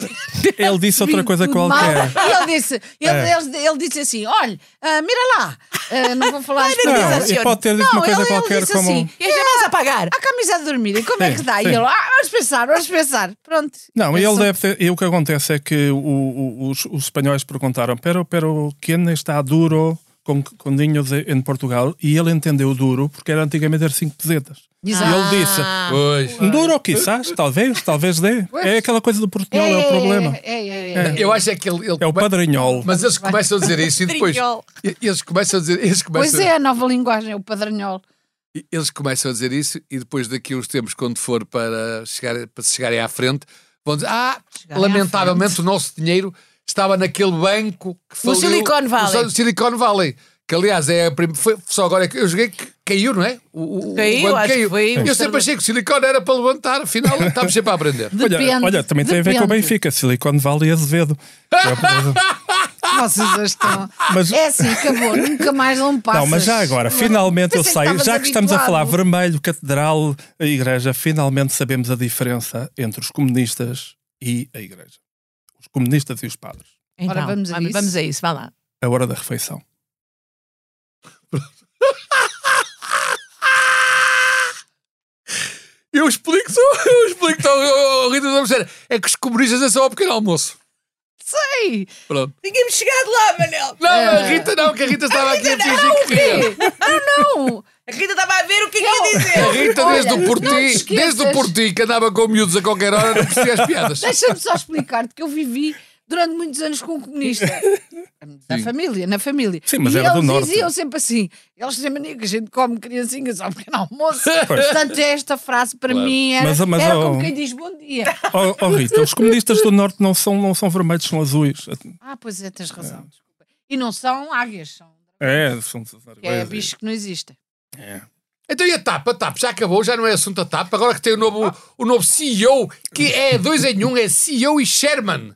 Speaker 1: Ele disse outra coisa
Speaker 3: tudo mal.
Speaker 1: qualquer. É.
Speaker 3: E ele disse, ele, ele, ele disse assim: olha, ah, mira lá, ah, não vou falar
Speaker 1: Não,
Speaker 3: espanhol.
Speaker 5: Organização.
Speaker 1: ele pode ter dito uma
Speaker 3: Não,
Speaker 1: coisa
Speaker 3: ele- ele
Speaker 1: qualquer
Speaker 3: disse
Speaker 1: como.
Speaker 3: assim,
Speaker 5: E aí mais a pagar.
Speaker 3: a camisa de dormir, e como é
Speaker 1: Sim,
Speaker 3: que dá? E
Speaker 1: sim.
Speaker 3: ele, ah, vamos pensar, vamos pensar. Pronto.
Speaker 1: Não, e
Speaker 3: Eu
Speaker 1: ele
Speaker 3: sou-
Speaker 1: deve ter. E o que acontece é que o- o- os, os espanhóis perguntaram: pero, pero, quem está duro com, com dinho de- em Portugal? E ele entendeu duro porque era antigamente era 5 pesetas. E
Speaker 3: Exato. Ah.
Speaker 1: ele disse:
Speaker 5: Ah.
Speaker 4: Pois.
Speaker 1: duro, quizás, talvez, talvez dê. É aquela coisa do portunhol, é, o problema. É,
Speaker 3: É, é, é, é.
Speaker 4: Eu acho é que ele. ele
Speaker 1: o padrinhol.
Speaker 4: Mas eles começam a dizer isso e depois.
Speaker 5: Padrinhol.
Speaker 4: Eles começam a dizer. Eles
Speaker 3: Pois
Speaker 4: começam
Speaker 3: é, a nova linguagem, o padranhol.
Speaker 4: E Eles começam a dizer isso e depois daqui a uns tempos, quando for para, chegar, para se chegarem à frente, vão dizer, ah,
Speaker 5: Chegarem à
Speaker 4: lamentavelmente o nosso dinheiro estava naquele banco que
Speaker 5: No
Speaker 4: faliu-
Speaker 5: Silicon Valley.
Speaker 4: No Silicon Valley. Que aliás é a prim- foi só agora que eu joguei que caiu, não é? O, o- o
Speaker 5: Caiu,
Speaker 4: banco
Speaker 5: acho que foi o
Speaker 4: Eu sempre
Speaker 5: Estrela-
Speaker 4: achei que o Silicon era para levantar, afinal estávamos sempre a aprender.
Speaker 1: Olha,
Speaker 3: Depende,
Speaker 1: olha, também tem a ver com o
Speaker 3: depende.
Speaker 1: Benfica, Silicon Valley e Azevedo. É
Speaker 3: Vocês hoje estão.
Speaker 1: Mas-
Speaker 3: É assim, acabou, nunca mais não passas.
Speaker 1: Não, mas já agora, finalmente eu
Speaker 3: Pensei que
Speaker 1: sei,
Speaker 3: estavas
Speaker 1: já que estamos a
Speaker 3: habituado.
Speaker 1: falar vermelho, catedral, a igreja, finalmente sabemos a diferença entre os comunistas e a igreja. Os comunistas e os padres.
Speaker 5: Então,
Speaker 3: Ora, vamos a
Speaker 5: vamos,
Speaker 3: isso.
Speaker 5: vamos a isso, vá lá.
Speaker 1: A hora da refeição.
Speaker 4: Eu explico só, eu explico só, oh, oh, Rita, vamos dizer, é que os comunistas é só ao pequeno almoço.
Speaker 3: Sei.
Speaker 4: Pronto.
Speaker 5: Tínhamos chegado lá, Manel.
Speaker 4: Não, a Rita não, que a Rita estava aqui a fingir que ria.
Speaker 3: Não,
Speaker 5: A Rita estava a ver o que é que ia
Speaker 4: A
Speaker 5: dizer.
Speaker 4: Rita,
Speaker 3: Olha,
Speaker 4: desde, o
Speaker 3: não te
Speaker 4: porti,
Speaker 3: esqueças.
Speaker 4: desde o porti, que andava com miúdos a qualquer hora, não percebia as piadas.
Speaker 3: deixa-me só explicar-te que eu vivi durante muitos anos com um comunista. Na
Speaker 4: Sim.
Speaker 3: família, na família.
Speaker 1: Sim, mas
Speaker 3: e
Speaker 1: era do
Speaker 3: eles
Speaker 1: norte.
Speaker 3: diziam sempre assim: eles têm mania que a gente come criancinhas ao pequeno almoço. Portanto, esta frase para
Speaker 4: Claro.
Speaker 3: mim era,
Speaker 1: Mas- mas,
Speaker 3: era
Speaker 1: oh-
Speaker 3: como quem diz bom dia.
Speaker 1: Oh, oh, Rita, os comunistas do Norte não são, não são vermelhos, são azuis.
Speaker 3: Ah, pois é, tens razão, desculpa. E não são águias, são
Speaker 1: É, são
Speaker 3: que é bicho que não existe.
Speaker 4: Então e a TAP? A TAP já acabou, já não é assunto a TAP. Agora que tem o novo, o novo CEO, que é dois em um, é CEO e Sherman.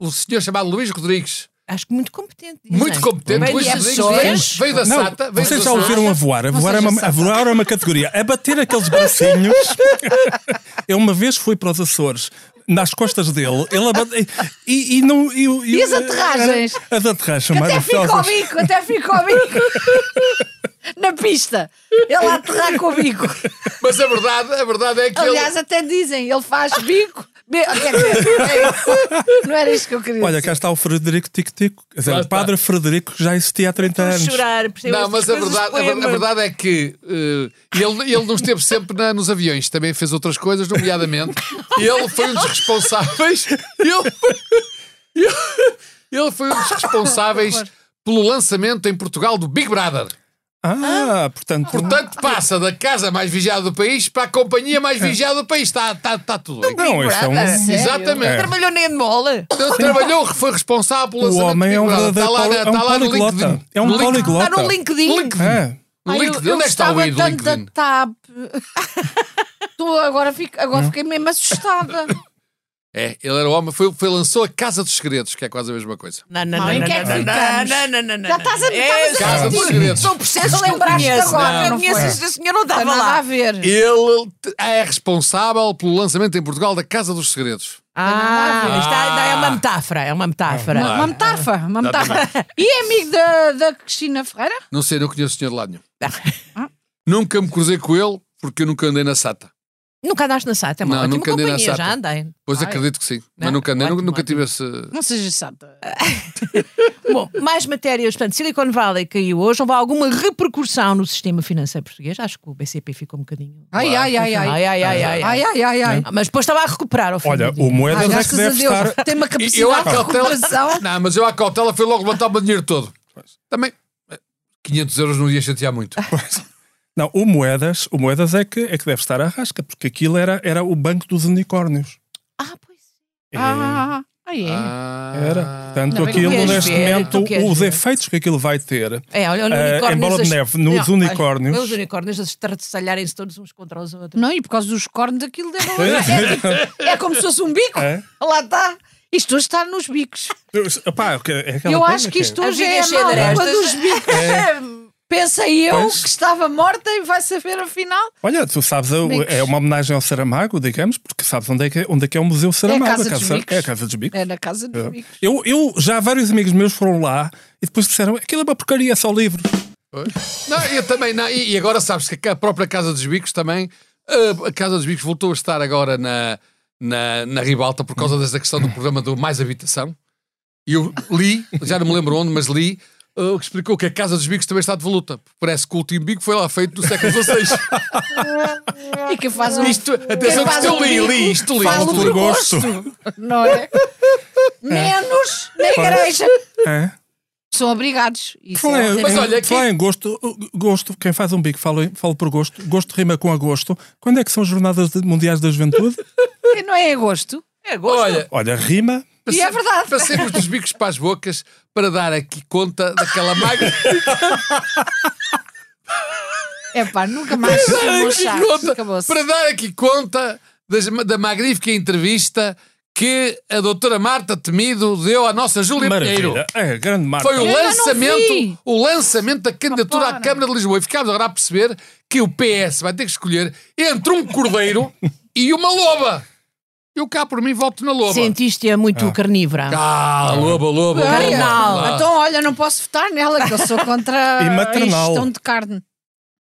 Speaker 4: O senhor chamado Luís Rodrigues.
Speaker 5: Acho que muito competente. é? dizem.
Speaker 4: Muito competente.
Speaker 5: Veio
Speaker 4: Luís
Speaker 5: de
Speaker 4: Rodrigues
Speaker 5: Açores.
Speaker 4: veio, veio da
Speaker 1: Não,
Speaker 4: SATA. Veio
Speaker 1: vocês
Speaker 4: da
Speaker 1: já ouviram a
Speaker 4: SATA.
Speaker 1: voar. A voar, é
Speaker 3: Vocês
Speaker 1: uma,
Speaker 3: já
Speaker 1: a voar é uma categoria. A bater aqueles bracinhos. Eu uma vez fui para os Açores, nas costas dele, ele a bate- e, e não. E, e-
Speaker 3: E as aterragens?
Speaker 1: As aterragens são
Speaker 3: Até fica ao
Speaker 1: maravilhosas.
Speaker 3: bico, até fica ao bico. Na pista. Ele a aterrar com o bico.
Speaker 4: Mas a verdade, a verdade é que
Speaker 3: Aliás,
Speaker 4: ele...
Speaker 3: até dizem, ele faz bico. bi- Quer dizer, é isso. não era isto que eu queria
Speaker 1: Olha,
Speaker 3: dizer.
Speaker 1: cá está o Frederico Tico Tico. Quer dizer,
Speaker 4: Lá
Speaker 1: o
Speaker 4: está.
Speaker 1: padre Frederico que já existia há 30
Speaker 5: Vamos
Speaker 1: anos.
Speaker 5: chorar. percebo
Speaker 4: Não,
Speaker 5: estas
Speaker 4: mas a
Speaker 5: tipo coisas,
Speaker 4: verdade, a ver-
Speaker 5: poema.
Speaker 4: a verdade é que eh, ele, ele não esteve sempre na- nos aviões, também fez outras coisas, nomeadamente. ele foi um dos responsáveis. Ele, foi- ele- ele foi um dos responsáveis pelo lançamento em Portugal do Big Brother.
Speaker 1: Ah, portanto.
Speaker 4: Portanto, passa da casa mais vigiada do país para a companhia mais vigiada do país. Está tá, tá tudo bem.
Speaker 1: não, isso é um.
Speaker 3: Brother, sério?
Speaker 4: Exatamente.
Speaker 5: Trabalhou na Endmola.
Speaker 4: Ele trabalhou, foi responsável pelo
Speaker 1: O
Speaker 4: lançamento
Speaker 1: homem
Speaker 4: do
Speaker 1: é um
Speaker 4: Big Brother.
Speaker 1: verdadeiro
Speaker 4: Está lá,
Speaker 1: poli- é um
Speaker 4: na- está Tá lá no
Speaker 1: poliglota.
Speaker 4: LinkedIn.
Speaker 1: É um
Speaker 4: Tá No LinkedIn.
Speaker 1: poliglota.
Speaker 5: Está
Speaker 3: Tá
Speaker 5: no LinkedIn.
Speaker 1: É.
Speaker 3: Ai, eu-
Speaker 4: LinkedIn.
Speaker 3: eu
Speaker 4: Onde é que está o
Speaker 3: gostava
Speaker 4: Ido
Speaker 3: tanto da
Speaker 4: LinkedIn?
Speaker 3: TAP. Estou agora, fico, agora fiquei mesmo assustada.
Speaker 4: É, ele era o homem, foi, foi lançou a Casa dos Segredos, que é quase a mesma coisa.
Speaker 5: Não, não,
Speaker 3: Não,
Speaker 5: não.
Speaker 3: em
Speaker 5: não,
Speaker 3: que é
Speaker 5: não,
Speaker 3: que
Speaker 5: não,
Speaker 3: ficamos?
Speaker 5: não, não, não, É não,
Speaker 3: É, Já estás a-
Speaker 5: não.
Speaker 3: estavas a
Speaker 5: Essa-
Speaker 4: Casa dos Segredos.
Speaker 5: São processos que eu
Speaker 3: Lembraste-te
Speaker 5: conheço.
Speaker 3: agora, não
Speaker 5: um Eu conheço
Speaker 3: foi?
Speaker 5: esta senhora, não
Speaker 3: Não
Speaker 5: estava
Speaker 3: nada a
Speaker 5: lá.
Speaker 3: ver.
Speaker 4: Ele te- é responsável pelo lançamento em Portugal da Casa dos Segredos.
Speaker 5: Ah, isto é é uma metáfora, é uma metáfora.
Speaker 3: Uma metáfora, uma metáfora. E é amigo da, da Cristina Ferreira?
Speaker 4: Não sei, não conheço o senhor de lado nenhum.
Speaker 5: Ah.
Speaker 4: Nunca me cruzei com ele, porque eu nunca andei na SATA.
Speaker 5: Nunca andaste na SAT, é
Speaker 4: Não,
Speaker 5: uma ótima
Speaker 4: nunca andei na
Speaker 5: companhia,
Speaker 4: SATA.
Speaker 5: já andei.
Speaker 4: Pois
Speaker 3: Ai.
Speaker 4: acredito que sim, mas
Speaker 5: Não,
Speaker 4: nunca andei,
Speaker 5: ótimo,
Speaker 4: nunca tive esse...
Speaker 3: Não seja santa.
Speaker 5: Bom, mais matérias. Portanto, Silicon Valley caiu hoje. Houve alguma repercussão no sistema financeiro português? Acho que o BCP ficou um bocadinho...
Speaker 3: Ai, ai,
Speaker 5: Ai,
Speaker 3: ai, ai.
Speaker 5: ai, ai, ai.
Speaker 3: Ai, ai, ai, ai.
Speaker 5: Ah, Mas depois estava a recuperar ao fim
Speaker 1: Olha,
Speaker 5: do dia.
Speaker 1: o Moedas
Speaker 3: Ai,
Speaker 1: é que
Speaker 3: Ah, graças a
Speaker 1: deve
Speaker 3: Deus.
Speaker 1: estar.
Speaker 3: Tem uma
Speaker 4: E eu à
Speaker 3: capacidade de
Speaker 4: cautela...
Speaker 3: recuperação.
Speaker 4: Não, mas eu à cautela fui logo levantar o meu dinheiro todo. Também, eh, 500 euros não ia chatear muito.
Speaker 5: Ah.
Speaker 1: Não, o Moedas, o Moedas é, que, é que deve estar à rasca, porque aquilo era, era o banco dos unicórnios.
Speaker 5: Ah, pois.
Speaker 1: É,
Speaker 3: Ah, ai, é.
Speaker 4: Ah.
Speaker 1: Era. Portanto,
Speaker 5: Não, mas tu
Speaker 1: aquilo
Speaker 5: queres
Speaker 1: neste
Speaker 5: ver,
Speaker 1: momento,
Speaker 5: tu queres
Speaker 1: os
Speaker 5: ver.
Speaker 1: efeitos que aquilo vai ter.
Speaker 5: É, olha, olha,
Speaker 1: Eh, em
Speaker 5: unicórnios,
Speaker 1: bola de
Speaker 5: as-
Speaker 1: neve, nos
Speaker 5: olha,
Speaker 1: unicórnios.
Speaker 5: Os unicórnios a se traçalharem-se todos uns contra os outros.
Speaker 3: Não, e por causa dos cornos aquilo deve é, tipo- é como se fosse um bico.
Speaker 1: É?
Speaker 3: Lá está. Isto hoje está nos bicos.
Speaker 1: Epá, é aquela
Speaker 3: Eu
Speaker 1: coisa
Speaker 3: acho que isto
Speaker 5: A
Speaker 3: hoje
Speaker 5: vida
Speaker 3: é
Speaker 5: é
Speaker 3: a
Speaker 5: cheia de
Speaker 3: nova
Speaker 5: arestas.
Speaker 3: dos bicos. Pensei eu
Speaker 1: Pois.
Speaker 3: que estava morta e vai saber afinal.
Speaker 1: Olha, tu sabes, é o-
Speaker 3: Bicos.
Speaker 1: é uma homenagem ao Saramago, digamos, porque sabes onde é que, onde é, que é o Museu Saramago.
Speaker 3: Casa dos
Speaker 1: Sar-
Speaker 3: Bicos.
Speaker 1: é a Casa dos Bicos.
Speaker 3: É na casa dos bicos.
Speaker 1: Eu, eu já vários amigos meus foram lá e depois disseram aquilo é uma porcaria, é só livros.
Speaker 4: Não, eu também não. E, e agora sabes que a própria Casa dos Bicos também. eh, A Casa dos Bicos voltou a estar agora na, na, na Ribalta por causa dessa questão do programa do Mais Habitação. E eu li, já não me lembro onde, mas li, eh, o que explicou que a Casa dos Bicos também está de voluta. Parece que o último bico foi lá feito no século XVI.
Speaker 3: E que faz um.
Speaker 4: Isto, atenção, que
Speaker 3: faz
Speaker 4: isto eu
Speaker 3: um
Speaker 4: li,
Speaker 3: bico,
Speaker 4: li, isto li.
Speaker 3: fala
Speaker 1: Falo
Speaker 4: isto
Speaker 1: por
Speaker 3: por
Speaker 4: li.
Speaker 3: gosto. Não é? Menos na igreja.
Speaker 1: É.
Speaker 3: São obrigados. Isso
Speaker 1: Falar
Speaker 3: é
Speaker 1: em-
Speaker 4: Mas
Speaker 1: em-
Speaker 3: horrível.
Speaker 4: olha, aqui-
Speaker 1: falar em gosto, gosto, quem faz um bico fala, fala por gosto, gosto rima com agosto. Quando é que são as jornadas de- mundiais da juventude?
Speaker 3: E não é em agosto.
Speaker 5: É gosto.
Speaker 4: Olha,
Speaker 1: Olha, rima.
Speaker 3: E é verdade.
Speaker 4: passemos dos bicos para as bocas para dar aqui conta daquela magnífica.
Speaker 3: É pá, nunca mais
Speaker 4: Para dar
Speaker 3: chamou
Speaker 4: aqui
Speaker 3: chá.
Speaker 4: conta-
Speaker 3: Acabou-se.
Speaker 4: para dar aqui conta das- da magnífica entrevista que a doutora Marta Temido deu à nossa Júlia Pinheiro.
Speaker 1: Maravilha. É, grande marca.
Speaker 4: Foi o
Speaker 3: Eu já não vi.
Speaker 4: lançamento, o lançamento da candidatura à
Speaker 3: para.
Speaker 4: Câmara de Lisboa. E ficámos agora a perceber que o PS vai ter que escolher entre um cordeiro e uma loba. Eu cá por mim volto na loba.
Speaker 5: Sentiste-a é muito carnívora.
Speaker 1: é?
Speaker 4: Ah, loba, loba, loba.
Speaker 3: Olha,
Speaker 5: Carnal.
Speaker 4: Ah.
Speaker 3: Então, olha, não posso votar nela, que eu sou contra
Speaker 1: E maternal.
Speaker 3: a ingestão de carne.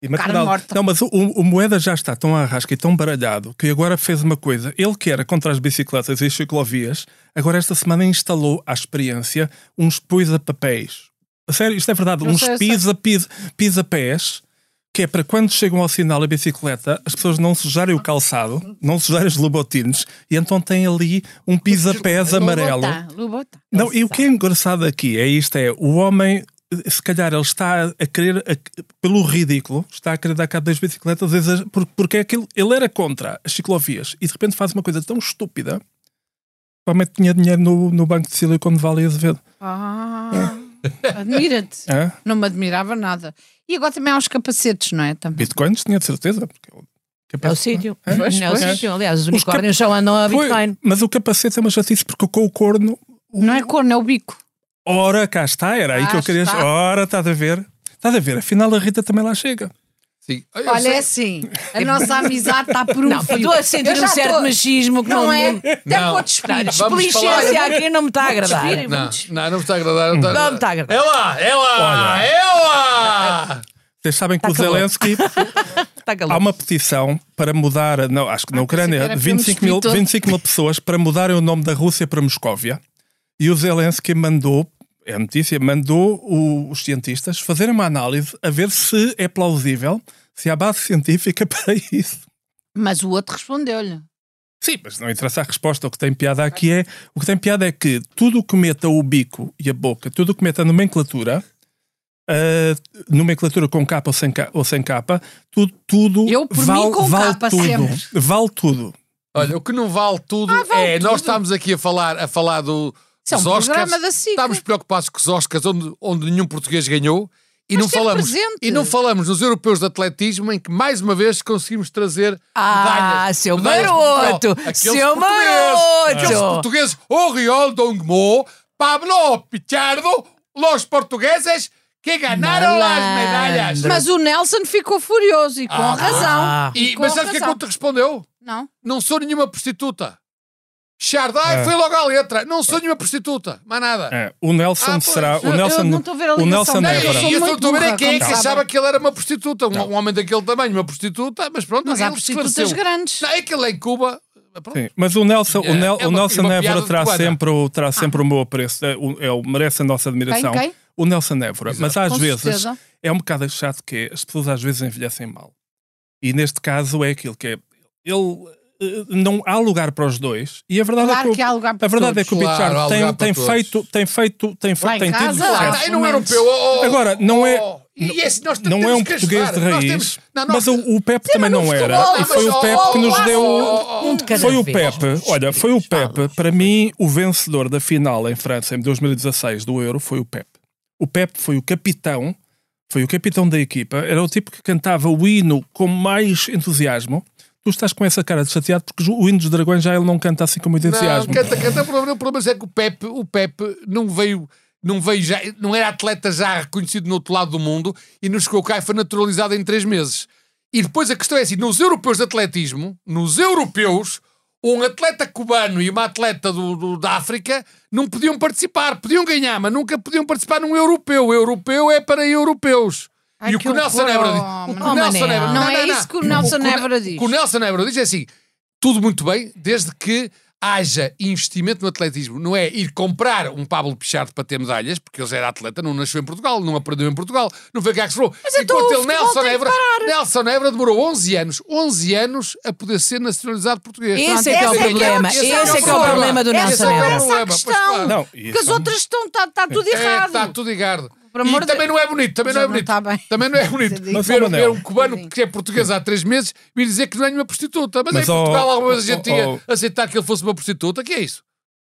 Speaker 1: E maternal.
Speaker 3: morta.
Speaker 1: Não, mas o, o Moeda já está tão à rasca e tão baralhado que agora fez uma coisa. Ele que era contra as bicicletas e as ciclovias, agora esta semana instalou à experiência uns pisa-papéis. A Sério, isto é verdade.
Speaker 3: Não
Speaker 1: uns
Speaker 3: sei, eu sei.
Speaker 1: pisa-pés, que é para quando chegam ao sinal a bicicleta, as pessoas não sujarem o calçado, não sujarem os lubotines, e então tem ali um pisa-pés amarelo.
Speaker 3: Lubotá, Lubotá.
Speaker 1: Não, e o que é engraçado aqui é isto: é o homem, se calhar, ele está a querer, a- pelo ridículo, está a querer dar cabo das bicicletas, exa- por- porque é aquilo, ele era contra as ciclovias e de repente faz uma coisa tão estúpida. Provavelmente tinha dinheiro no, no banco de Silicon Valley Azevedo.
Speaker 3: Ah, Admira-te.
Speaker 1: Hã?
Speaker 3: Não me admirava nada. E agora também há os capacetes, não é? Também.
Speaker 1: Bitcoins tinha de certeza. porque eu-
Speaker 5: É o
Speaker 1: capacete-
Speaker 5: sítio.
Speaker 1: Hã?
Speaker 5: É o
Speaker 1: Pois.
Speaker 5: sítio. Aliás, os
Speaker 1: Os
Speaker 5: unicórnios só andam a
Speaker 1: é Foi,
Speaker 5: Bitcoin.
Speaker 1: mas o capacete é uma chatice porque com o corno.
Speaker 3: Não é corno, é o bico.
Speaker 1: Ora, cá está, era aí
Speaker 3: Cá
Speaker 1: que eu queria.
Speaker 3: está.
Speaker 1: Ora, estás a ver? Estás a ver? Afinal, a Rita também lá chega.
Speaker 4: Sim. Eu
Speaker 3: Olha, é
Speaker 4: sei-
Speaker 3: assim. A nossa amizade está por um
Speaker 5: Não,
Speaker 3: fio.
Speaker 5: estou a sentir
Speaker 3: Eu já
Speaker 5: um certo
Speaker 3: estou-
Speaker 5: machismo que não,
Speaker 3: Não é?
Speaker 5: me-
Speaker 3: Até
Speaker 4: Não.
Speaker 3: vou despir.
Speaker 4: Não. Vamos
Speaker 5: Desplicência aqui não me está a agradar.
Speaker 3: Vamos
Speaker 4: Não, não, não me está a agradar. É Não,
Speaker 5: Não me está a agradar.
Speaker 4: Ela! Ela!
Speaker 1: Olha.
Speaker 4: Ela!
Speaker 1: Vocês sabem que
Speaker 5: Tá
Speaker 1: o
Speaker 5: calor.
Speaker 1: Zelensky
Speaker 5: Está calor.
Speaker 1: há uma petição para mudar, a- não, acho que na
Speaker 3: Ah, pensei
Speaker 1: Ucrânia,
Speaker 3: que era filme
Speaker 1: 25 mil,
Speaker 3: escritor.
Speaker 1: 25 mil pessoas para mudarem o nome da Rússia para Moscóvia. E o Zelensky mandou, é a notícia, mandou o- os cientistas fazerem uma análise a ver se é plausível, se há base científica para isso.
Speaker 3: Mas o outro respondeu-lhe.
Speaker 1: Sim, mas não interessa a resposta. O que tem piada aqui é. O que tem piada é que tudo o que meta o bico e a boca, tudo o que meta a nomenclatura, ah, nomenclatura com capa ou sem, ca- ou sem capa, tudo. tudo
Speaker 3: Eu, por mim,
Speaker 1: vale,
Speaker 3: com
Speaker 1: vale
Speaker 3: capa
Speaker 1: tudo.
Speaker 3: sempre.
Speaker 1: Vale tudo.
Speaker 4: Olha, o que não vale tudo
Speaker 3: Ah, vale
Speaker 4: é.
Speaker 3: tudo.
Speaker 4: Nós estamos aqui a falar, a falar do.
Speaker 3: Isso é um
Speaker 4: dos Oscars.
Speaker 3: programa da SIC.
Speaker 4: Estamos preocupados com os Oscars, onde, onde nenhum português ganhou. E
Speaker 3: Mas
Speaker 4: não,
Speaker 3: tem
Speaker 4: falamos,
Speaker 3: é presente.
Speaker 4: e não falamos nos europeus de atletismo, em que mais uma vez conseguimos trazer.
Speaker 5: Ah,
Speaker 4: medalhas.
Speaker 5: seu
Speaker 4: Medalhas de Portugal.
Speaker 5: maroto,
Speaker 4: Aqueles
Speaker 5: seu
Speaker 4: portugueses,
Speaker 5: maroto.
Speaker 4: Aqueles portugueses. Oriol Dongmo, Pablo Pichardo, los portugueses que ganaram as
Speaker 5: Malandro.
Speaker 4: medalhas.
Speaker 3: Mas o Nelson ficou furioso e com
Speaker 4: Ah.
Speaker 3: razão.
Speaker 5: Ah.
Speaker 4: E-
Speaker 3: com
Speaker 4: mas sabes o que é que
Speaker 3: razão.
Speaker 4: eu te respondeu?
Speaker 3: Não.
Speaker 4: Não sou nenhuma prostituta. Chardai foi logo à letra. Não sou nenhuma prostituta. Mais nada.
Speaker 1: É, o Nelson
Speaker 4: Ah, pois,
Speaker 1: será.
Speaker 3: eu-
Speaker 1: O Nelson,
Speaker 3: eu não estou a ver a
Speaker 1: o
Speaker 3: ligação
Speaker 1: Nelson
Speaker 3: dele.
Speaker 1: Évora.
Speaker 3: sou
Speaker 4: E eu
Speaker 3: muito
Speaker 4: sou estou a ver é
Speaker 3: burra,
Speaker 4: quem é que
Speaker 3: como
Speaker 4: achava
Speaker 3: sabem.
Speaker 4: que ele era uma prostituta. Um, um homem daquele tamanho, uma prostituta, mas pronto.
Speaker 3: Mas há
Speaker 4: ele
Speaker 3: prostitutas
Speaker 4: esclareceu.
Speaker 3: grandes.
Speaker 4: Não, é que ele em Cuba. pronto.
Speaker 1: Sim, mas o Nelson,
Speaker 4: É,
Speaker 1: o Nel-
Speaker 4: é
Speaker 1: o
Speaker 4: uma-
Speaker 1: Nelson
Speaker 4: uma piada
Speaker 1: Évora
Speaker 4: de
Speaker 1: terá
Speaker 4: cubana.
Speaker 1: sempre, o, terá sempre o meu apreço, é, o- é, o- merece a nossa admiração.
Speaker 3: Ah. Quem? Quem?
Speaker 1: O Nelson Évora. Mas às
Speaker 3: Com
Speaker 1: vezes
Speaker 3: certeza.
Speaker 1: é um bocado chato que é, as pessoas às vezes envelhecem mal. E neste caso é aquilo que é. Ele eh, não há lugar para os dois. E a verdade é
Speaker 3: Claro
Speaker 1: o-
Speaker 3: que há lugar para
Speaker 1: A verdade é que o
Speaker 4: todos.
Speaker 1: Pichardo
Speaker 4: Claro, há
Speaker 1: tem,
Speaker 4: lugar para
Speaker 1: tem
Speaker 4: todos.
Speaker 1: feito, tem feito, tem,
Speaker 3: Lá
Speaker 1: fe-
Speaker 3: em
Speaker 1: tem tido
Speaker 3: casa, lá
Speaker 1: sucesso.
Speaker 4: Ah, e não é
Speaker 3: momentos.
Speaker 4: europeu. oh, oh,
Speaker 1: Agora, não é-
Speaker 4: oh. E esse nós
Speaker 1: Não é
Speaker 4: temos
Speaker 1: um
Speaker 4: que
Speaker 1: português de
Speaker 4: ajudar. Nós
Speaker 1: raiz,
Speaker 4: temos- não, nós-
Speaker 1: mas o, o Pepe
Speaker 3: Sim,
Speaker 1: também
Speaker 3: mas no
Speaker 1: não
Speaker 3: futebol,
Speaker 1: era. E
Speaker 3: mas-
Speaker 1: foi o
Speaker 4: oh,
Speaker 1: Pepe que nos
Speaker 4: oh,
Speaker 1: deu.
Speaker 4: oh, oh,
Speaker 5: Um de cada
Speaker 1: Foi o
Speaker 5: vez.
Speaker 1: Pepe, olha, foi o Pepe, para mim, o vencedor da final em França em 2016 do Euro foi o Pepe. O Pepe foi o capitão, foi o capitão da equipa, era o tipo que cantava o hino com mais entusiasmo. Tu estás com essa cara de chateado porque o hino dos dragões já ele não canta assim com muito
Speaker 4: Não,
Speaker 1: entusiasmo.
Speaker 4: canta, canta. O problema, o problema é que o Pepe, o Pepe não veio. Não, veio já, não era atleta já reconhecido no outro lado do mundo e nos chegou cá e foi naturalizado em três meses. E depois a questão é assim: nos europeus de atletismo, nos europeus, um atleta cubano e uma atleta do, do- da África não podiam participar, podiam ganhar, mas nunca podiam participar num europeu. O europeu é para europeus.
Speaker 3: Ai,
Speaker 4: e o
Speaker 3: que
Speaker 4: que o Nelson
Speaker 3: horror,
Speaker 4: Évora diz.
Speaker 3: oh,
Speaker 4: o que o
Speaker 5: Manel.
Speaker 4: Nelson Évora-
Speaker 3: Não é isso que o Nelson
Speaker 4: Ne-
Speaker 3: Évora diz.
Speaker 4: O que o Nelson Évora diz é assim: tudo muito bem, desde que haja investimento no atletismo. Não é ir comprar um Pablo Pichardo para ter medalhas, porque ele já era atleta, não nasceu em Portugal, não aprendeu em Portugal, não foi cá que se falou.
Speaker 3: Mas então o futebol tem que
Speaker 4: Évora,
Speaker 3: parar.
Speaker 4: Nelson Évora demorou 11 anos, 11 anos a poder ser nacionalizado português.
Speaker 5: Esse
Speaker 3: é que é o problema, esse é que é o
Speaker 5: problema do Nelson
Speaker 4: Esse é que
Speaker 5: Évora.
Speaker 4: é o problema,
Speaker 3: Essa
Speaker 4: pois
Speaker 3: a
Speaker 4: claro.
Speaker 1: Não, e
Speaker 3: Porque as
Speaker 1: são-
Speaker 3: outras estão, está tudo
Speaker 4: É,
Speaker 3: errado.
Speaker 4: está tudo ligado.
Speaker 3: Por amor
Speaker 4: e
Speaker 3: de-
Speaker 4: também não é bonito, também não é
Speaker 3: Já não
Speaker 4: bonito.
Speaker 3: está bem.
Speaker 4: Também não é bonito.
Speaker 1: Mas,
Speaker 4: ver,
Speaker 1: ó, Manel.
Speaker 4: ver um cubano que é português há três meses vir dizer que não é nenhuma prostituta. Mas,
Speaker 1: Mas,
Speaker 4: em
Speaker 1: ó,
Speaker 4: Portugal alguma vez a gente
Speaker 1: ó, ó,
Speaker 4: tinha aceitar que ele fosse uma prostituta. que é isso?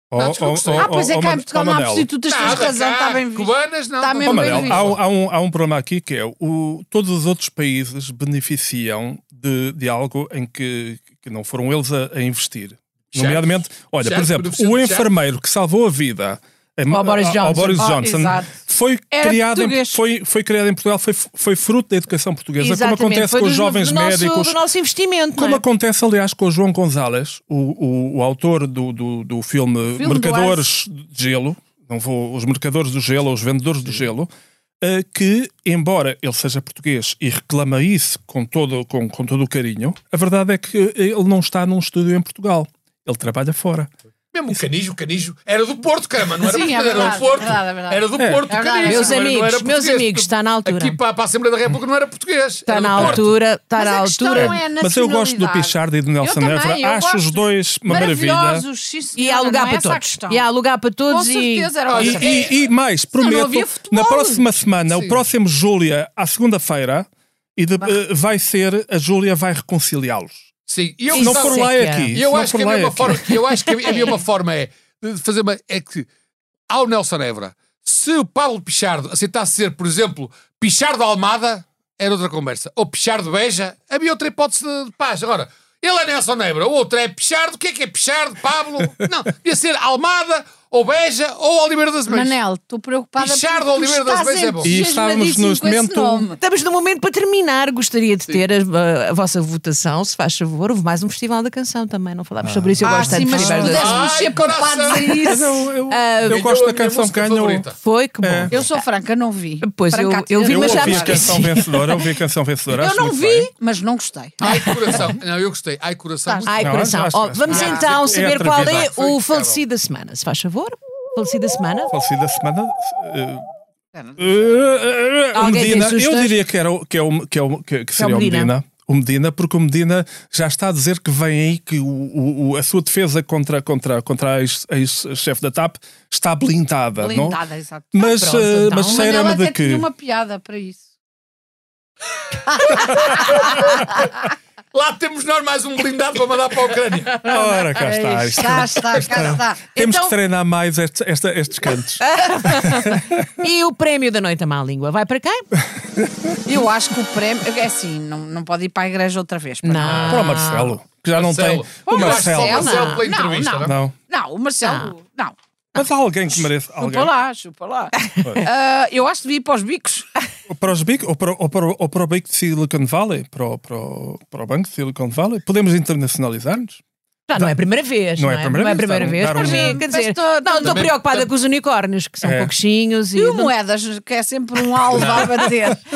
Speaker 1: Oh,
Speaker 4: Não, desculpa,
Speaker 1: oh, oh,
Speaker 3: Ah, pois é
Speaker 1: oh,
Speaker 3: que cá em
Speaker 1: Man-
Speaker 3: Portugal
Speaker 1: oh,
Speaker 3: não há
Speaker 1: Manel.
Speaker 3: prostitutas, tens
Speaker 4: Nada
Speaker 3: razão,
Speaker 4: cá.
Speaker 3: está bem visto.
Speaker 4: Cubanas não.
Speaker 3: Está
Speaker 4: não.
Speaker 1: Oh,
Speaker 3: mesmo
Speaker 1: Manel,
Speaker 3: bem
Speaker 1: há,
Speaker 3: visto.
Speaker 1: um- há um, há um problema aqui que é o, todos os outros países beneficiam de, de algo em que, que não foram eles a, a investir.
Speaker 4: Já.
Speaker 1: Nomeadamente, olha,
Speaker 4: Já,
Speaker 1: por exemplo,
Speaker 4: beneficiam
Speaker 1: o
Speaker 4: de já.
Speaker 1: enfermeiro que salvou a vida em-
Speaker 5: Ao Boris
Speaker 1: ao
Speaker 5: Johnson.
Speaker 1: Boris
Speaker 3: Ah,
Speaker 1: Johnson
Speaker 3: exato.
Speaker 1: foi,
Speaker 3: Era
Speaker 1: criado em,
Speaker 3: português.
Speaker 1: foi, foi criado em Portugal, foi, foi fruto da educação portuguesa,
Speaker 5: Exatamente,
Speaker 1: como acontece
Speaker 5: foi
Speaker 1: com os
Speaker 5: dos-
Speaker 1: jovens
Speaker 5: do nosso-
Speaker 1: médicos.
Speaker 5: Do nosso investimento.
Speaker 1: Como
Speaker 5: não é?
Speaker 1: acontece, aliás, com o João Gonzalez, o, o, o autor do, do, do filme,
Speaker 3: do
Speaker 1: Mercadores de Gelo, não vou, os Mercadores do Gelo, ou os Vendedores do Gelo, eh, que, embora ele seja português e reclama isso com todo, com, com todo o carinho, a verdade é que ele não está num estúdio em Portugal. Ele trabalha fora.
Speaker 4: Mesmo o
Speaker 1: é-
Speaker 4: canijo, o canijo era do Porto, caramba, não era
Speaker 3: Sim, é
Speaker 4: português, era
Speaker 3: verdade,
Speaker 4: do Porto.
Speaker 3: é verdade, é verdade.
Speaker 4: Era do
Speaker 1: É.
Speaker 4: Porto,
Speaker 3: É
Speaker 4: o
Speaker 3: verdade,
Speaker 4: canijo.
Speaker 3: meus tá
Speaker 4: não era- não
Speaker 5: amigos,
Speaker 4: era
Speaker 5: meus
Speaker 4: português.
Speaker 5: amigos, está na altura.
Speaker 4: Aqui para, para a Assembleia da República não era português.
Speaker 5: Está
Speaker 4: era
Speaker 5: na
Speaker 4: do Porto.
Speaker 5: altura, está
Speaker 3: Mas
Speaker 5: na
Speaker 3: a questão
Speaker 5: altura.
Speaker 3: não é a
Speaker 1: Mas eu gosto do
Speaker 3: nacionalidade.
Speaker 1: Pichardo e do
Speaker 3: Eu
Speaker 1: Nelson
Speaker 3: também, eu
Speaker 1: Évora. Acho
Speaker 3: gosto.
Speaker 1: os dois uma maravilha.
Speaker 3: Maravilhosos, sim, senhora,
Speaker 5: E há lugar
Speaker 3: não é
Speaker 5: para
Speaker 3: essa a
Speaker 5: todos.
Speaker 3: questão.
Speaker 5: E há lugar para
Speaker 3: Com
Speaker 5: todos e.
Speaker 3: certeza era outra.
Speaker 1: E, e- e mais, prometo,
Speaker 3: havia futebol.
Speaker 1: na próxima semana, o
Speaker 4: Sim.
Speaker 1: próximo Júlia, à segunda-feira, e de- eh, vai ser, a Júlia vai reconciliá-los.
Speaker 4: Sim, e eu
Speaker 1: Se não
Speaker 3: tá
Speaker 5: Isso
Speaker 1: for
Speaker 5: é
Speaker 1: lá
Speaker 5: que
Speaker 1: é
Speaker 5: é.
Speaker 1: aqui.
Speaker 4: E
Speaker 1: Se
Speaker 4: eu
Speaker 1: não
Speaker 4: acho,
Speaker 1: for
Speaker 4: que
Speaker 1: lá é
Speaker 4: havia uma
Speaker 1: aqui.
Speaker 4: forma, eu acho que havia uma forma é de fazer uma, é que ao Nelson Évora Se o Pablo Pichardo aceitasse ser, por exemplo, Pichardo Almada, era outra conversa. Ou Pichardo Beja, havia outra hipótese de, de paz. Agora, ele é Nelson Nebra, o outro é Pichardo, o que é que é Pichardo, Pablo? Não, devia ser Almada, ou Beja, ou Oliveira das Mães.
Speaker 3: Manel, estou preocupada
Speaker 4: Pichardo
Speaker 3: porque tu
Speaker 4: Oliveira das
Speaker 3: estás
Speaker 4: Mães é bom.
Speaker 1: E estávamos
Speaker 3: entusiasmadíssimo
Speaker 1: neste
Speaker 3: com esse
Speaker 1: momento-
Speaker 3: nome.
Speaker 5: Estamos no momento para terminar. Gostaria de ter a, a vossa votação, se faz favor. Houve mais um Festival da Canção também, não falámos sobre isso. Eu
Speaker 3: Ah,
Speaker 5: gosto
Speaker 3: sim,
Speaker 5: tanto de
Speaker 3: mas se
Speaker 5: festivais da-
Speaker 4: pudesse-
Speaker 3: pudéssemos
Speaker 4: Ai,
Speaker 3: ser poupados a
Speaker 4: coração.
Speaker 1: Mas
Speaker 3: isso.
Speaker 1: eu, eu,
Speaker 5: Ah,
Speaker 1: eu
Speaker 4: Ganhou
Speaker 1: gosto
Speaker 4: a
Speaker 1: da
Speaker 4: minha
Speaker 1: canção que
Speaker 4: música
Speaker 1: ganhou.
Speaker 4: favorita.
Speaker 5: Foi, que bom.
Speaker 1: É.
Speaker 3: Eu sou franca, não vi.
Speaker 5: Pois, eu-
Speaker 3: Francate,
Speaker 5: eu vi,
Speaker 1: Eu
Speaker 5: mas já
Speaker 1: ouvi a
Speaker 5: me esqueci.
Speaker 1: canção vencedora, ouvi a canção vencedora.
Speaker 3: Eu
Speaker 1: acho
Speaker 3: não
Speaker 1: muito
Speaker 3: vi,
Speaker 1: bem.
Speaker 3: mas não gostei.
Speaker 4: Ai, coração. Não, eu gostei. Ai, coração. muito
Speaker 5: Ai,
Speaker 1: Não,
Speaker 5: coração.
Speaker 1: acho-
Speaker 5: Ó,
Speaker 1: acho-
Speaker 5: vamos
Speaker 1: acho-
Speaker 5: então
Speaker 1: é
Speaker 5: saber qual
Speaker 1: atrevida.
Speaker 5: é
Speaker 4: Foi
Speaker 5: o
Speaker 4: incrível.
Speaker 5: falecido da semana, se faz favor. Falecido da semana.
Speaker 1: Falecido da semana. eh,
Speaker 3: Espera.
Speaker 1: eh, o
Speaker 5: Alguém tem
Speaker 1: Medina, eu
Speaker 5: sugestões?
Speaker 1: diria que, era o, que, é o, que, é o, que, que seria o
Speaker 5: Medina.
Speaker 1: Medina. O Medina, porque o Medina já está a dizer que vem aí que o, o- o- a sua defesa contra, contra, contra a ex- a ex-chefe da TAP está blindada, não?
Speaker 3: Blindada, exato.
Speaker 1: Mas,
Speaker 5: pronto,
Speaker 1: eh,
Speaker 5: então.
Speaker 1: mas
Speaker 5: O
Speaker 3: O Manel
Speaker 1: cheira-me de
Speaker 3: até
Speaker 1: que.
Speaker 3: tinha uma piada para isso.
Speaker 4: Lá temos nós mais um blindado para mandar para a Ucrânia.
Speaker 1: Ora, cá
Speaker 3: É
Speaker 1: está. Tá, isto. é
Speaker 3: Cá está, cá está.
Speaker 1: Temos
Speaker 5: Então-
Speaker 1: que treinar mais estes, esta- estes cantos. Uhum.
Speaker 5: E o prémio da Noite à Má Língua vai para quem?
Speaker 3: Eu acho que o prémio. É assim, não, não pode ir para a igreja outra vez. pois
Speaker 5: Não.
Speaker 1: Para o Marcelo, que já não
Speaker 4: Marcelo.
Speaker 1: tem.
Speaker 4: Oh,
Speaker 1: O Marcelo.
Speaker 4: Marcelo.
Speaker 3: Marcelo
Speaker 4: pela entrevista,
Speaker 3: não,
Speaker 4: não é?
Speaker 1: Não.
Speaker 3: Não, o Marcelo. Não,
Speaker 1: Mas há alguém que mereça. Alguém.
Speaker 3: chupa lá, chupa lá. Ah, eu acho que devia ir para os bicos.
Speaker 1: Para os big, ou, para, ou, para, ou para o Banco de Silicon Valley, para o, para, o, para o Banco de Silicon Valley, podemos internacionalizar-nos?
Speaker 5: Já não é a primeira vez.
Speaker 1: Não é a primeira vez, dar
Speaker 5: primeira
Speaker 1: um-
Speaker 5: vez.
Speaker 1: dar um-
Speaker 5: Mas, sim, Quer dizer,
Speaker 3: Mas tô-
Speaker 5: não, estou
Speaker 4: também-
Speaker 5: preocupada com os unicórnios, que são
Speaker 1: É.
Speaker 5: pouquinhos.
Speaker 3: E o Moedas, que é sempre um alvo a bater.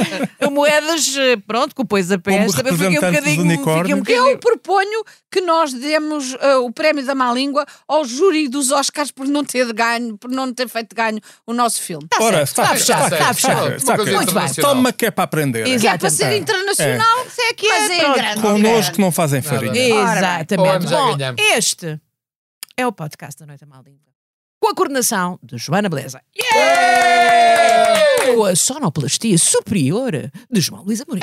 Speaker 5: O Moedas, eh, pronto, com o Pois a
Speaker 1: Como
Speaker 5: Pés, também fiquei um
Speaker 1: representante
Speaker 5: bocadinho.
Speaker 1: dos
Speaker 5: Fiquei um
Speaker 1: unicórnios.
Speaker 5: bocadinho
Speaker 3: Eu proponho que nós demos ah, o prémio da má língua ao júri dos Oscars por não ter ganho, por não ter feito ganho o nosso filme.
Speaker 5: Tá certo,
Speaker 1: está,
Speaker 5: está
Speaker 1: está,
Speaker 5: fechado,
Speaker 1: está,
Speaker 5: está fechado.
Speaker 1: está,
Speaker 4: Uma coisa
Speaker 5: Muito bem.
Speaker 4: internacional.
Speaker 1: Toma que é para aprender.
Speaker 5: Exato.
Speaker 3: Que é para ser
Speaker 1: É.
Speaker 3: internacional, se é que
Speaker 5: Mas
Speaker 3: é,
Speaker 5: é
Speaker 3: em
Speaker 5: pronto.
Speaker 3: grande.
Speaker 1: Connosco não fazem farinha.
Speaker 4: Ora,
Speaker 5: Exatamente.
Speaker 4: já
Speaker 5: Bom,
Speaker 4: ganhamos.
Speaker 5: este é o podcast da Noite à Má Língua. Com a coordenação de Joana Beleza. Com a sonoplastia superior de João Luís Amorim.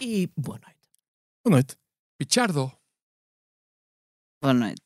Speaker 5: E boa noite.
Speaker 1: Boa noite.
Speaker 4: Pichardo.
Speaker 3: Boa noite.